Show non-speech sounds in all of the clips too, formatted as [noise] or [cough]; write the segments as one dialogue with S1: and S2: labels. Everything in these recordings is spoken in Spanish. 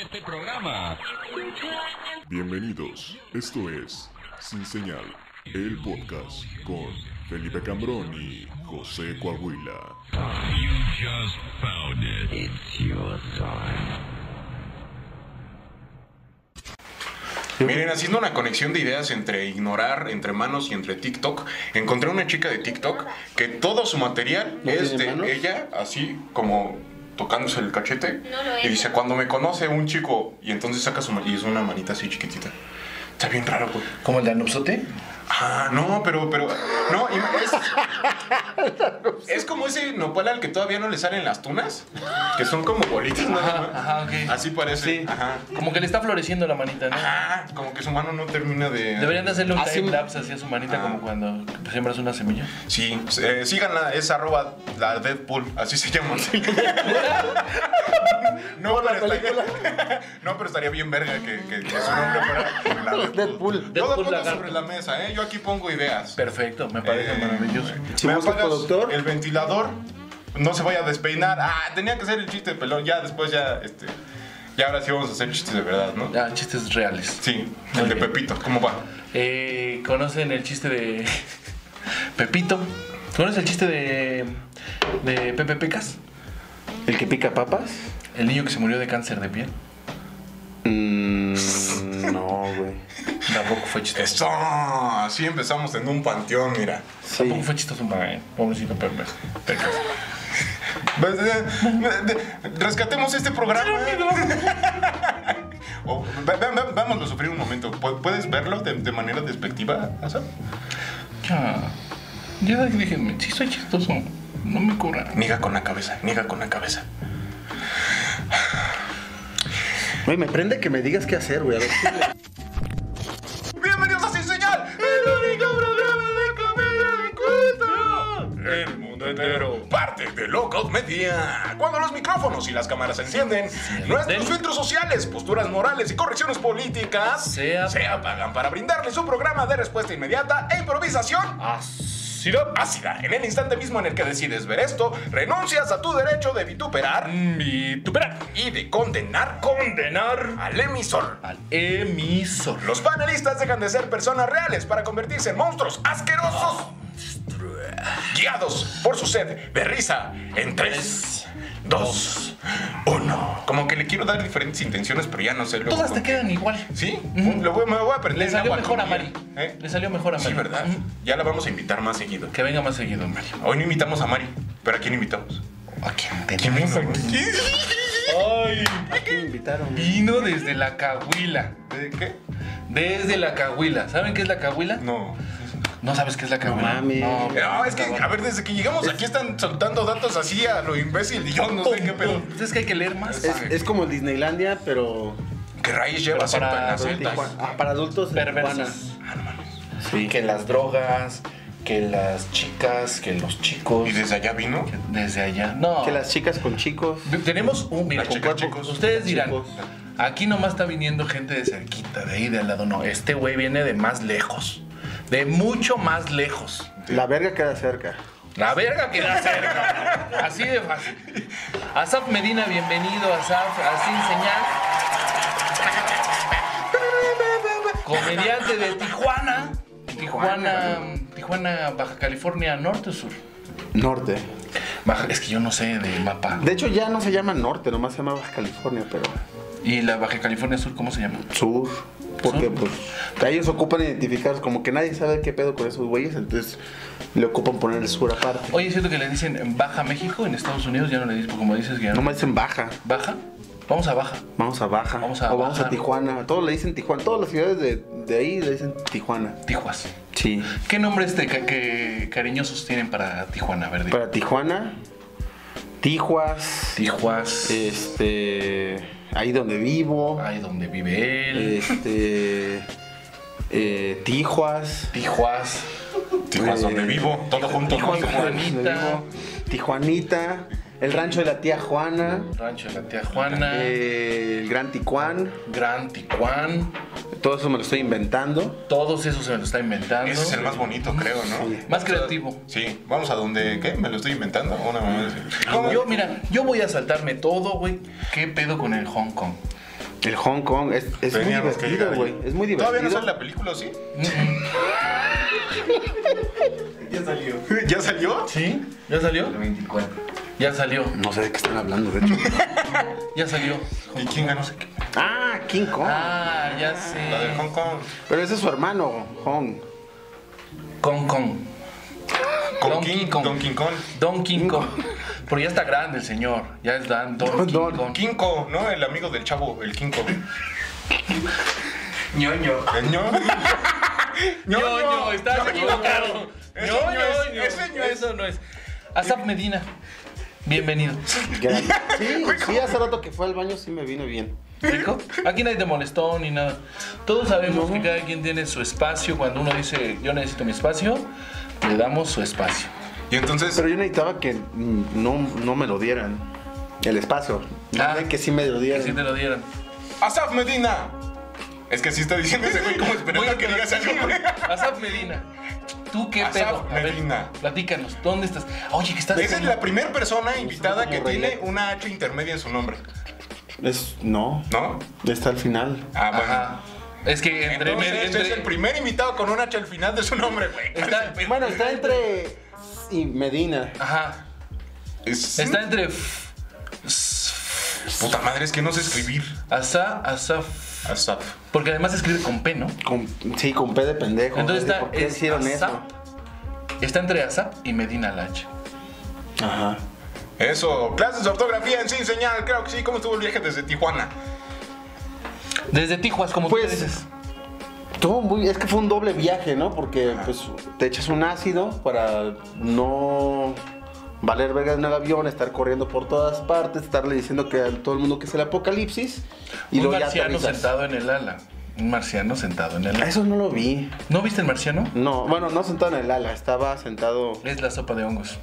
S1: este programa.
S2: Bienvenidos, esto es Sin Señal, el podcast con Felipe Cambrón y José Coahuila.
S1: You just found it. It's your time.
S3: Miren, haciendo una conexión de ideas entre ignorar, entre manos y entre TikTok, encontré una chica de TikTok que todo su material
S4: ¿No
S3: es
S4: tiene
S3: de
S4: manos?
S3: ella, así como tocándose el cachete.
S5: No lo es.
S3: y dice, cuando me conoce un chico, y entonces saca su manita y es una manita así chiquitita. Está bien raro, güey.
S4: ¿Como el de Anubsote?
S3: Ah, no, pero, pero, no, y- es,
S6: [laughs]
S3: es como ese nopal al que todavía no le salen las tunas, que son como bolitas, ¿no?
S6: Ajá, ok.
S3: Así parece.
S6: Sí.
S3: Ajá.
S6: Como que le está floreciendo la manita, ¿no?
S3: Ajá, como que su mano no termina de...
S6: Deberían de hacerle un
S4: Así-
S6: time lapse así a su manita
S3: Ah.
S6: como cuando siembras una semilla.
S3: Sí, eh, síganla, es arroba la Deadpool, así se llama. no, pero estaría, [laughs] no, pero estaría bien verga que, que- que su nombre fuera la Deadpool.
S4: Deadpool.
S3: Todo
S6: Deadpool
S3: pongo
S6: lagarto.
S3: sobre la mesa, ¿eh? Yo aquí pongo ideas.
S6: Perfecto, me parece
S3: Eh,
S6: maravilloso.
S4: Si
S3: ¿me
S4: busca
S3: apagas
S4: productor?
S3: El ventilador, no se vaya a despeinar. Ah, tenía que ser el chiste de pelón, ya después ya, este... Ya ahora sí vamos a hacer chistes de verdad, ¿no?
S6: Ah, chistes reales.
S3: Sí,
S6: Muy
S3: el de
S6: bien.
S3: Pepito, ¿cómo va?
S6: Eh, ¿Conocen el chiste de Pepito? ¿Conoces el chiste de, de Pepe Pecas?
S4: ¿El que pica papas?
S6: El niño que se murió de cáncer de piel.
S4: Mm, no, güey.
S6: Tampoco fue chistoso.
S3: Eso, así empezamos en un panteón, mira.
S4: Sí.
S6: Tampoco fue chistoso. man. Pobrecito Pepe Pecas.
S3: Pues, eh, eh, Rescatemos este programa. [laughs] O, ve- ve- ve- vámonos a sufrir un momento. Pu- ¿Puedes verlo de, de manera despectiva, Asa?
S6: Ya. Ya dije, sí soy chistoso. No me cobran.
S3: Niega con la cabeza, niega con la cabeza.
S4: Güey, me prende que me digas qué hacer, güey. A ver.
S3: ¡Bienvenidos a Sin Señal! ¡El único programa de comedia de culto! El mundo entero. Parte de Locos Media. Cuando los micrófonos y las cámaras se encienden, nuestros
S6: encienden.
S3: filtros sociales, posturas morales y correcciones políticas
S6: Se ap-
S3: se apagan para brindarles un programa de respuesta inmediata e improvisación
S6: Ácido.
S3: ácida. En el instante mismo en el que decides ver esto, renuncias a tu derecho de vituperar
S6: Mm, Vituperar.
S3: y de condenar, condenar al emisor.
S6: Al emisor.
S3: Los panelistas dejan de ser personas reales para convertirse en monstruos asquerosos, guiados por su sed de risa en 3, 2, 1. Como que le quiero dar diferentes intenciones, pero ya no sé. luego
S6: Todas te
S3: con qué.
S6: quedan igual.
S3: ¿Sí?
S6: Ujú.
S3: Lo voy, me voy a aprender.
S6: Le
S3: en
S6: salió
S3: agua
S6: mejor a
S3: con
S6: Mari.
S3: miel, ¿eh?
S6: Le salió mejor a Mari.
S3: Sí, ¿verdad?
S6: Ujú.
S3: Ya la vamos a invitar más seguido.
S6: Que venga más seguido, Mari.
S3: Hoy no invitamos a Mari, pero ¿a quién invitamos?
S6: ¿A quién
S3: ¿Quién vino, güey?
S6: Ay,
S4: ¿Quién invitaron? güey?
S6: vino desde la cahuila.
S3: ¿De qué?
S6: Desde la cahuila. ¿Saben qué es la cahuila?
S3: No.
S6: No sabes qué es la cahuila.
S4: mames.
S3: No, es que, a ver, desde que llegamos aquí están soltando datos así a lo imbécil y yo no sé qué pedo.
S6: Entonces que hay que leer más.
S4: Es, es como el Disneylandia, pero
S3: ¿Qué raíz lleva acento
S6: Pero
S3: en
S6: para
S3: las
S4: en
S3: celtas?
S4: Tijuana. Ah, para adultos en Tijuana.
S6: Perversos.
S4: Sí.
S7: que las drogas, que las chicas, que los chicos.
S3: ¿Y desde allá vino?
S6: Desde allá. No.
S4: Que las chicas con chicos.
S6: Tenemos un. Mira,
S3: Las
S6: con
S3: chicas,
S6: cuerpo-
S3: chicos.
S6: Ustedes dirán.
S4: Chicos.
S6: Aquí nomás está viniendo gente de cerquita, de ahí, de al lado. No, este güey viene de más lejos. De mucho más lejos.
S4: La verga queda cerca.
S6: La verga queda cerca. Así de fácil. Asaf Medina, bienvenido, Asaf, así enseñar. Comediante de Tijuana. Tijuana, Tijuana, Baja California, norte o sur.
S4: Norte.
S6: Baja- es que yo no sé del mapa.
S4: De hecho, ya no se llama norte, nomás se llama Baja California, pero
S6: ¿Y la Baja California Sur cómo se llama?
S4: sur. Porque
S6: Sur.
S4: pues ellos ocupan identificarlos, como que nadie sabe qué pedo con esos güeyes, entonces le ocupan poner el sur aparte.
S6: Oye, es cierto que le dicen Baja México en Estados Unidos, ya no le dicen, como dices que ya no.
S4: Nomás dicen baja.
S6: Baja, vamos a Baja.
S4: Vamos a Baja.
S6: Vamos a
S4: o vamos
S6: Baja.
S4: a Tijuana. Todos le dicen Tijuana. Todas las ciudades de, de ahí le dicen Tijuana.
S6: Tijuas.
S4: Sí.
S6: ¿Qué nombres te ca- que cariñosos tienen para Tijuana, Verde?
S4: Para Tijuana, Tijuas,
S6: Tijuas.
S4: este, ahí donde vivo,
S6: Ahí donde vive él.
S4: este, eh, Tijuas,
S6: Tijuas.
S3: Tijuana,
S4: Eh,
S3: donde vivo, todo junto. ¿no?
S4: Tijuas, donde
S6: Juanita.
S4: vivo, Tijuanita, el rancho de la tía Juana,
S6: Rancho de la Tía Juana.
S4: eh, el Gran Tijuán,
S6: Gran Tijuán.
S4: todo eso me lo estoy inventando.
S6: Todos esos se lo está inventando.
S3: Ese es el más bonito, creo, ¿no?
S6: Más creativo.
S3: Sí, vamos a donde, ¿qué? ¿Me lo estoy inventando? Una mamá así.
S6: Ah, Yo, mira, yo voy a saltarme todo, güey. ¿Qué pedo con el Hong Kong?
S4: El Hong Kong es, es muy
S3: Teníamos que llegar
S4: divertido,
S3: ahí.
S4: güey. Es muy divertido.
S3: Todavía no sale la película,
S4: [laughs]
S3: ¿sí?
S5: Ya salió.
S3: [laughs] ¿Ya salió?
S6: ¿Sí? ¿Ya salió?
S5: El 24.
S6: Ya salió.
S4: No sé de qué están hablando, de hecho.
S6: Ya salió.
S3: ¿Y quién ganó? ese?
S4: [laughs] ah, King Kong.
S6: Ah, ya
S3: La del
S6: sé.
S3: Hong Kong.
S4: Pero ese es su hermano, [laughs] Hong.
S6: Kong Kong.
S3: Con
S6: Donkey
S3: King,
S6: Kong.
S3: Don King Kong.
S6: Don King Kong. Porque ya está grande el señor. Ya es Dan Don
S4: Don-
S6: King
S4: Don
S6: Kong.
S3: Kinko, ¿no? El amigo del chavo, el Kinko. ¿El
S5: ñoño.
S4: [laughs]
S3: ño? [laughs]
S6: Ñoño, estás equivocado.
S3: Ese
S6: Ñoño,
S3: ño es-
S6: ñoño,
S3: ese ño es-
S6: Eso no es. Asap Medina. Bienvenido.
S4: Gran- Sí, sí, hace rato que fue al baño sí me vino bien.
S6: ¿Rico? Aquí nadie te molestó ni nada. Todos sabemos que cada quien tiene su espacio. Cuando uno dice, yo necesito mi espacio, le damos su espacio.
S3: Y entonces,
S4: Pero yo necesitaba que mm, no, no me lo dieran. El espacio.
S6: Ah.
S4: Necesitaba que sí me lo
S6: Que sí te
S4: dieran.
S6: lo dieran.
S3: Asaf Medina. Es que sí está diciendo ese güey como esperando
S6: Oye,
S3: que
S6: pero-
S3: digas algo, güey.
S6: Asaf Medina. ¿Tú qué
S3: Asaf
S6: pedo? A ver,
S3: Medina.
S6: platícanos. ¿Dónde estás? Oye, que estás...
S3: Esa es
S6: con-
S3: la primera persona invitada que
S4: como
S3: tiene
S4: relé.
S3: una H intermedia en su nombre,
S4: Es, no,
S3: ¿no?
S4: está al final.
S3: Ah, bueno.
S6: Ajá. Es que entre...
S3: Entonces, este
S6: entre-
S3: es el primer invitado con una H al final de su nombre, güey.
S6: Está-
S4: Bueno, está entre... Y Medina.
S6: Ajá.
S3: Es-
S6: Está entre... f- s-
S3: Puta madre, es que no sé escribir.
S6: Asa, Asaf...
S3: Asaf.
S6: Porque además se escribe con P, ¿no?
S4: Con, sí, con P de pendejo.
S6: Entonces
S4: Es de,
S6: está...
S4: ¿Por qué
S6: es
S4: hicieron eso?
S6: Asap. Está entre Asap y Medina Lach.
S4: Ajá.
S3: Eso, clases de ortografía en sin señal, creo que sí. ¿Cómo estuvo el viaje desde Tijuana?
S6: Desde Tijuas, como
S4: Pues-
S6: tú dices.
S4: Estuvo muy, es que fue un doble viaje, ¿no? Porque pues te echas un ácido para no valer vergas en el avión, estar corriendo por todas partes, estarle diciendo que a todo el mundo que es el apocalipsis y
S6: un
S4: luego ya
S6: marciano
S4: aterrizas.
S6: sentado en el ala. Un marciano sentado en el ala.
S4: Eso no lo vi.
S6: ¿No viste el marciano?
S4: No, bueno, no sentado en el ala, estaba sentado.
S6: Es la sopa de hongos.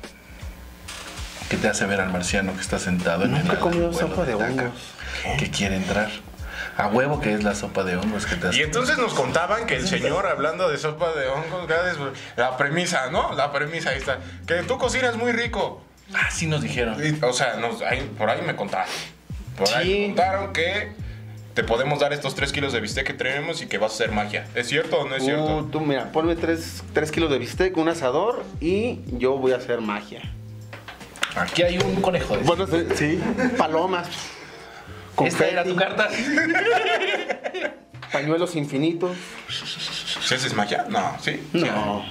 S6: Que te hace ver al marciano que está sentado en el
S4: Nunca he
S6: ala
S4: comido
S6: del vuelo
S4: sopa de
S6: Taka,
S4: hongos.
S6: Que quiere entrar. A huevo que es la sopa de hongos que te
S3: Y
S6: hace.
S3: entonces nos contaban que el señor, hablando de sopa de hongos, gades, la premisa, ¿no? La premisa, ahí está. Que tú cocinas muy rico.
S6: Así Ah, nos dijeron.
S3: Y, o sea, nos- ahí- por ahí me contaron. Por ahí
S4: Sí.
S3: me contaron que te podemos dar estos 3 kilos de bistec que tenemos y que vas a hacer magia. ¿Es cierto o no es cierto?
S4: Uh, tú mira, ponme 3 kilos de bistec, un asador y yo voy a hacer magia.
S6: Aquí hay un conejo de.
S4: Bueno, sí, sí, palomas.
S6: Esta era tu
S4: confeti,
S6: carta.
S4: Pañuelos infinitos.
S3: ¿Si haces magia? No, ¿sí?
S4: No.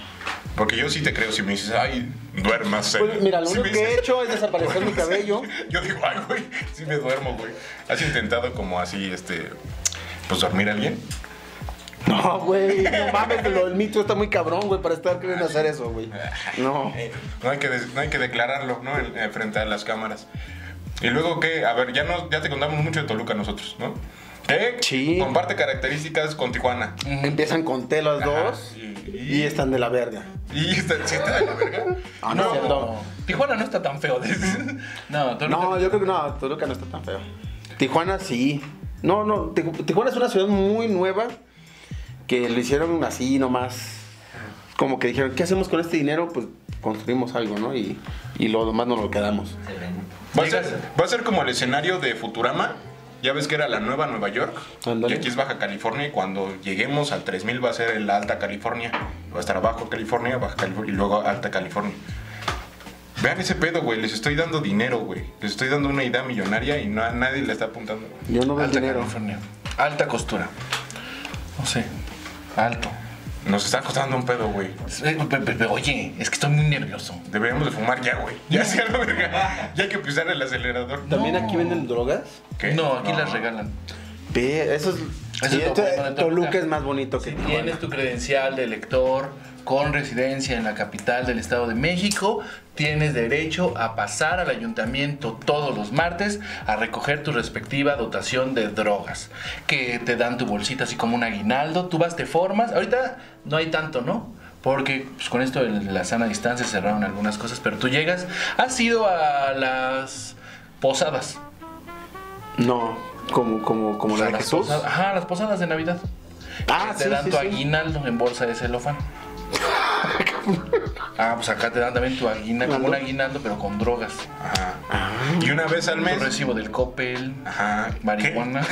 S3: Porque yo sí te creo si me dices, ay, duermas. eh".
S4: Pues mira, lo
S3: Si
S4: único
S3: me
S4: que he
S3: dices-
S4: hecho es desaparecer
S3: [laughs]
S4: mi cabello.
S3: Yo digo, ay, güey, sí me duermo, güey. ¿Has intentado como así, este, pues dormir a alguien?
S4: No, güey, no mames, lo del mito está muy cabrón, güey, para estar queriendo hacer eso, güey. No.
S3: Eh, No hay que, des- no hay que declararlo, ¿no? En- eh, frente a las cámaras. Y luego que, a ver, ya, no, ya te contamos mucho de Toluca nosotros, ¿no? Que
S4: Sí.
S3: comparte características con Tijuana.
S4: Empiezan con T las dos
S3: y- y-
S4: y están de la verga.
S3: Y está, sí está de la verga.
S4: Ah, no, es cierto.
S6: Tijuana no está tan feo. no, tú
S4: no, yo creo que no, Toluca no está tan feo. Tijuana sí. No, no, Tiju- Tijuana es una ciudad muy nueva que lo hicieron así nomás. Como que dijeron, ¿qué hacemos con este dinero? Pues construimos algo, ¿no? Y, y lo demás nos lo quedamos.
S5: Se ven.
S3: Va a, ser, va a ser como el escenario de Futurama. Ya ves que era la nueva Nueva York.
S4: Ándale.
S3: Y aquí es Baja California. Y cuando lleguemos al 3000 va a ser el Alta California. Va a estar Bajo California, Baja California y luego Alta California. Vean ese pedo, güey. Les estoy dando dinero, güey. Les estoy dando una idea millonaria y no, a nadie le está apuntando.
S4: Yo no veo el
S6: Alta
S4: dinero.
S6: California. Alta costura. No sé. Alto.
S3: Nos está costando un pedo, güey.
S6: Eh, pe- pe- pe- Oye, es que estoy muy nervioso.
S3: Deberíamos de fumar ya, güey. Ya sea la verga. Ya hay que pisar el acelerador.
S4: ¿También
S6: No.
S4: aquí venden drogas?
S3: ¿Qué?
S6: No, aquí
S3: No.
S6: las regalan.
S4: Ve, eso es.
S6: Eso
S4: sí,
S6: es lo
S4: esto-
S6: bueno de Toluca.
S4: Toluca. es más bonito que
S6: Si
S4: Tijuana.
S6: tienes tu credencial de elector con residencia en la capital del Estado de México, tienes derecho a pasar al ayuntamiento todos los martes a recoger tu respectiva dotación de drogas, que te dan tu bolsita así como un aguinaldo, tú vas, te formas, ahorita no hay tanto, ¿no? Porque pues, con esto de la sana distancia cerraron algunas cosas, pero tú llegas, has ido a las posadas.
S4: No, como, como, como la
S6: O sea,
S4: de
S6: las
S4: Jesús.
S6: posadas- ajá, las posadas de Navidad.
S4: Ah,
S6: te
S4: sí,
S6: dan
S4: sí,
S6: tu
S4: sí.
S6: aguinaldo en bolsa de celofán. Ah, pues acá te dan también tu aguinaldo, como un aguinaldo, pero con drogas.
S3: Ajá. Ah, Y una vez al
S6: Un
S3: mes.
S6: recibo del Coppel,
S3: Ajá.
S6: marihuana,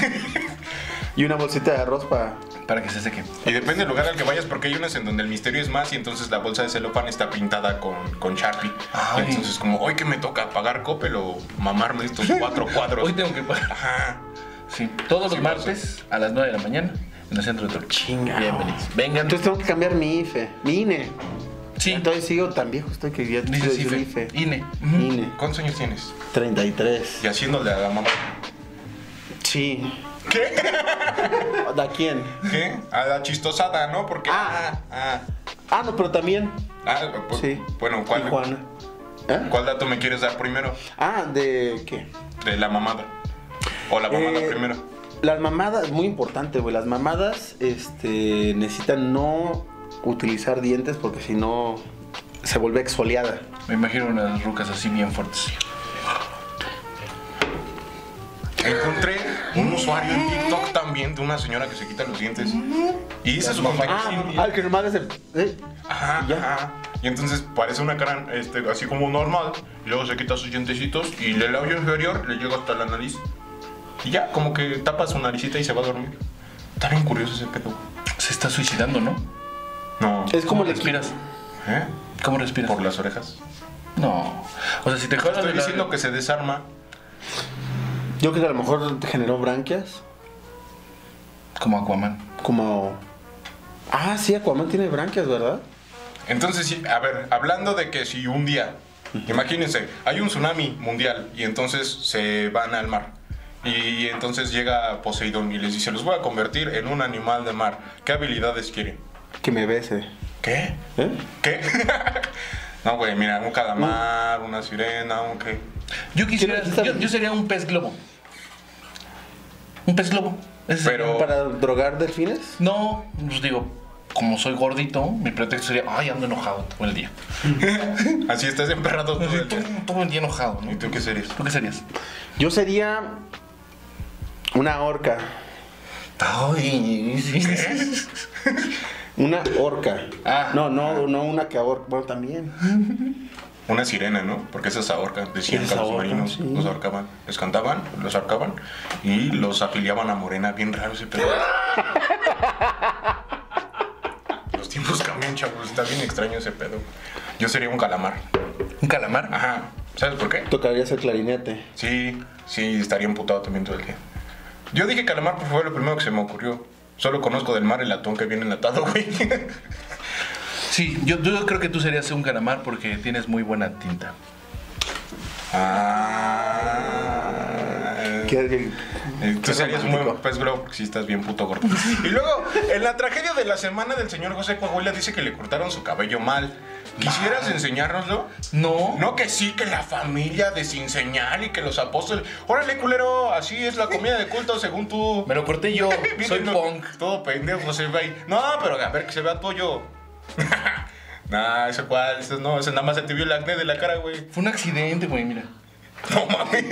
S4: Y una bolsita de arroz para.
S6: para que se seque.
S3: Y depende del lugar al que vayas, porque hay unas en donde el misterio es más y entonces la bolsa de celofán está pintada con, con Sharpie.
S6: Ay.
S3: Y entonces como, hoy que me toca pagar Coppel o mamarme estos
S4: [laughs]
S3: cuatro cuadros.
S6: Hoy tengo que pagar.
S3: Ajá.
S6: Sí, todos los
S3: Sí,
S6: martes a las 9 de la mañana en el centro de Toluca.
S4: Chinga.
S6: Bienvenidos. Vengan.
S4: Entonces tengo que cambiar mi IFE. Mi INE.
S6: Sí,
S4: Entonces sigo tan viejo, estoy que ya
S6: dices
S4: soy
S6: IFE.
S4: IFE.
S6: INE. Ujú.
S4: INE.
S3: ¿Cuántos años tienes?
S4: 33.
S3: Y haciéndole a la mamá.
S4: Sí. ¿Qué? ¿De quién?
S3: ¿Qué? A la chistosada, ¿no? Porque...
S4: Ah.
S3: ah,
S4: Ah, no, pero también.
S3: ah, pues,
S4: Sí.
S3: Bueno, ¿cuál,
S4: Tijuana. ¿Eh?
S3: ¿cuál dato me quieres dar primero?
S4: Ah, ¿de qué?
S3: De la mamada. O la mamada
S4: Eh,
S3: primero.
S4: Las mamadas, muy importante, güey. Las mamadas este, necesitan no utilizar dientes porque si no se vuelve exfoliada.
S6: Me imagino unas rucas así bien fuertes.
S3: Encontré un usuario en TikTok también de una señora que se quita los dientes. Y dice su
S4: Mm. Ah,
S3: confección.
S4: al que nomás hace. ¿eh?
S3: Ajá,
S4: Ya.
S3: ajá. Y entonces parece una cara este, así como normal. Y luego se quita sus dientecitos y el labio inferior le llega hasta la nariz. Y ya, como que tapa su naricita y se va a dormir. Está bien curioso ese pedo.
S6: Se está suicidando, ¿no?
S3: No.
S4: Es como le
S6: respiras?
S3: ¿Eh?
S6: ¿Cómo respiras?
S3: Por las orejas.
S6: No. O sea, si te jalas
S3: Estoy
S6: de la-
S3: diciendo que se desarma.
S4: Yo creo que a lo mejor generó branquias.
S6: Como Aquaman.
S4: Como. Ah, sí, Aquaman tiene branquias, ¿verdad?
S3: Entonces, sí, a ver, hablando de que si un día, imagínense, hay un tsunami mundial y entonces se van al mar. Y entonces llega Poseidón y les dice, los voy a convertir en un animal de mar. ¿Qué habilidades quieren?
S4: Que me bese.
S3: ¿Qué?
S4: ¿Eh?
S3: ¿Qué? [laughs] no, güey, mira, un calamar, una sirena, un qué.
S6: Yo quisiera.
S4: ¿Quién está-
S6: Yo, yo sería un pez globo. Un pez globo. Ese sería
S3: Pero-
S4: ¿Para drogar delfines?
S6: No, pues digo, como soy gordito, mi pretexto sería, ay, ando enojado todo el día.
S3: Así estás emperrado todo
S6: Así,
S3: el
S6: todo,
S3: día.
S6: todo el día enojado, ¿no?
S3: ¿Y tú qué serías?
S6: ¿Tú qué serías?
S4: Yo sería. Una orca.
S6: Ay, sí.
S4: Una orca.
S6: Ah.
S4: No, no, no una que ahorca. Bueno, también.
S3: Una sirena, ¿no? Porque esas ahorcan, decían que
S4: Esas
S3: a los
S4: ahorcan,
S3: marinos
S4: sí.
S3: los ahorcaban. Les cantaban, los ahorcaban y los afiliaban a Morena. Bien raro ese
S4: [laughs]
S3: pedo. los tiempos cambian, chavos. Está bien extraño ese pedo. Yo sería un calamar.
S6: ¿Un calamar?
S3: Ajá. ¿Sabes por qué?
S4: Tocarías el clarinete.
S3: Sí, sí, estaría emputado también todo el día. Yo dije calamar porque fue lo primero que se me ocurrió. Solo conozco del mar el atún que viene enlatado, [laughs] güey.
S6: Sí, yo, yo creo que tú serías un calamar porque tienes muy buena tinta.
S3: ah.
S4: Que alguien-
S3: Eh, Tú
S4: Qué
S3: serías muy
S4: romántico.
S3: pez globo porque sí estás bien puto gordo. Y luego, en la tragedia de la semana del señor José Coahuila dice que le cortaron su cabello mal. ¿Quisieras enseñárnoslo?
S6: No.
S3: No que sí, que la familia de sin señal y que los apóstoles... Órale, culero, así es la comida de culto según tú.
S6: Me lo
S3: [laughs]
S6: corté yo,
S3: Bien,
S6: soy
S3: no,
S6: punk.
S3: Todo pendejo se ve ahí. No, pero a ver que se vea pollo. [laughs] nah, eso cual, eso no, eso nada más se te vio el acné de la cara, güey.
S6: Fue un accidente, güey, mira.
S3: No mames.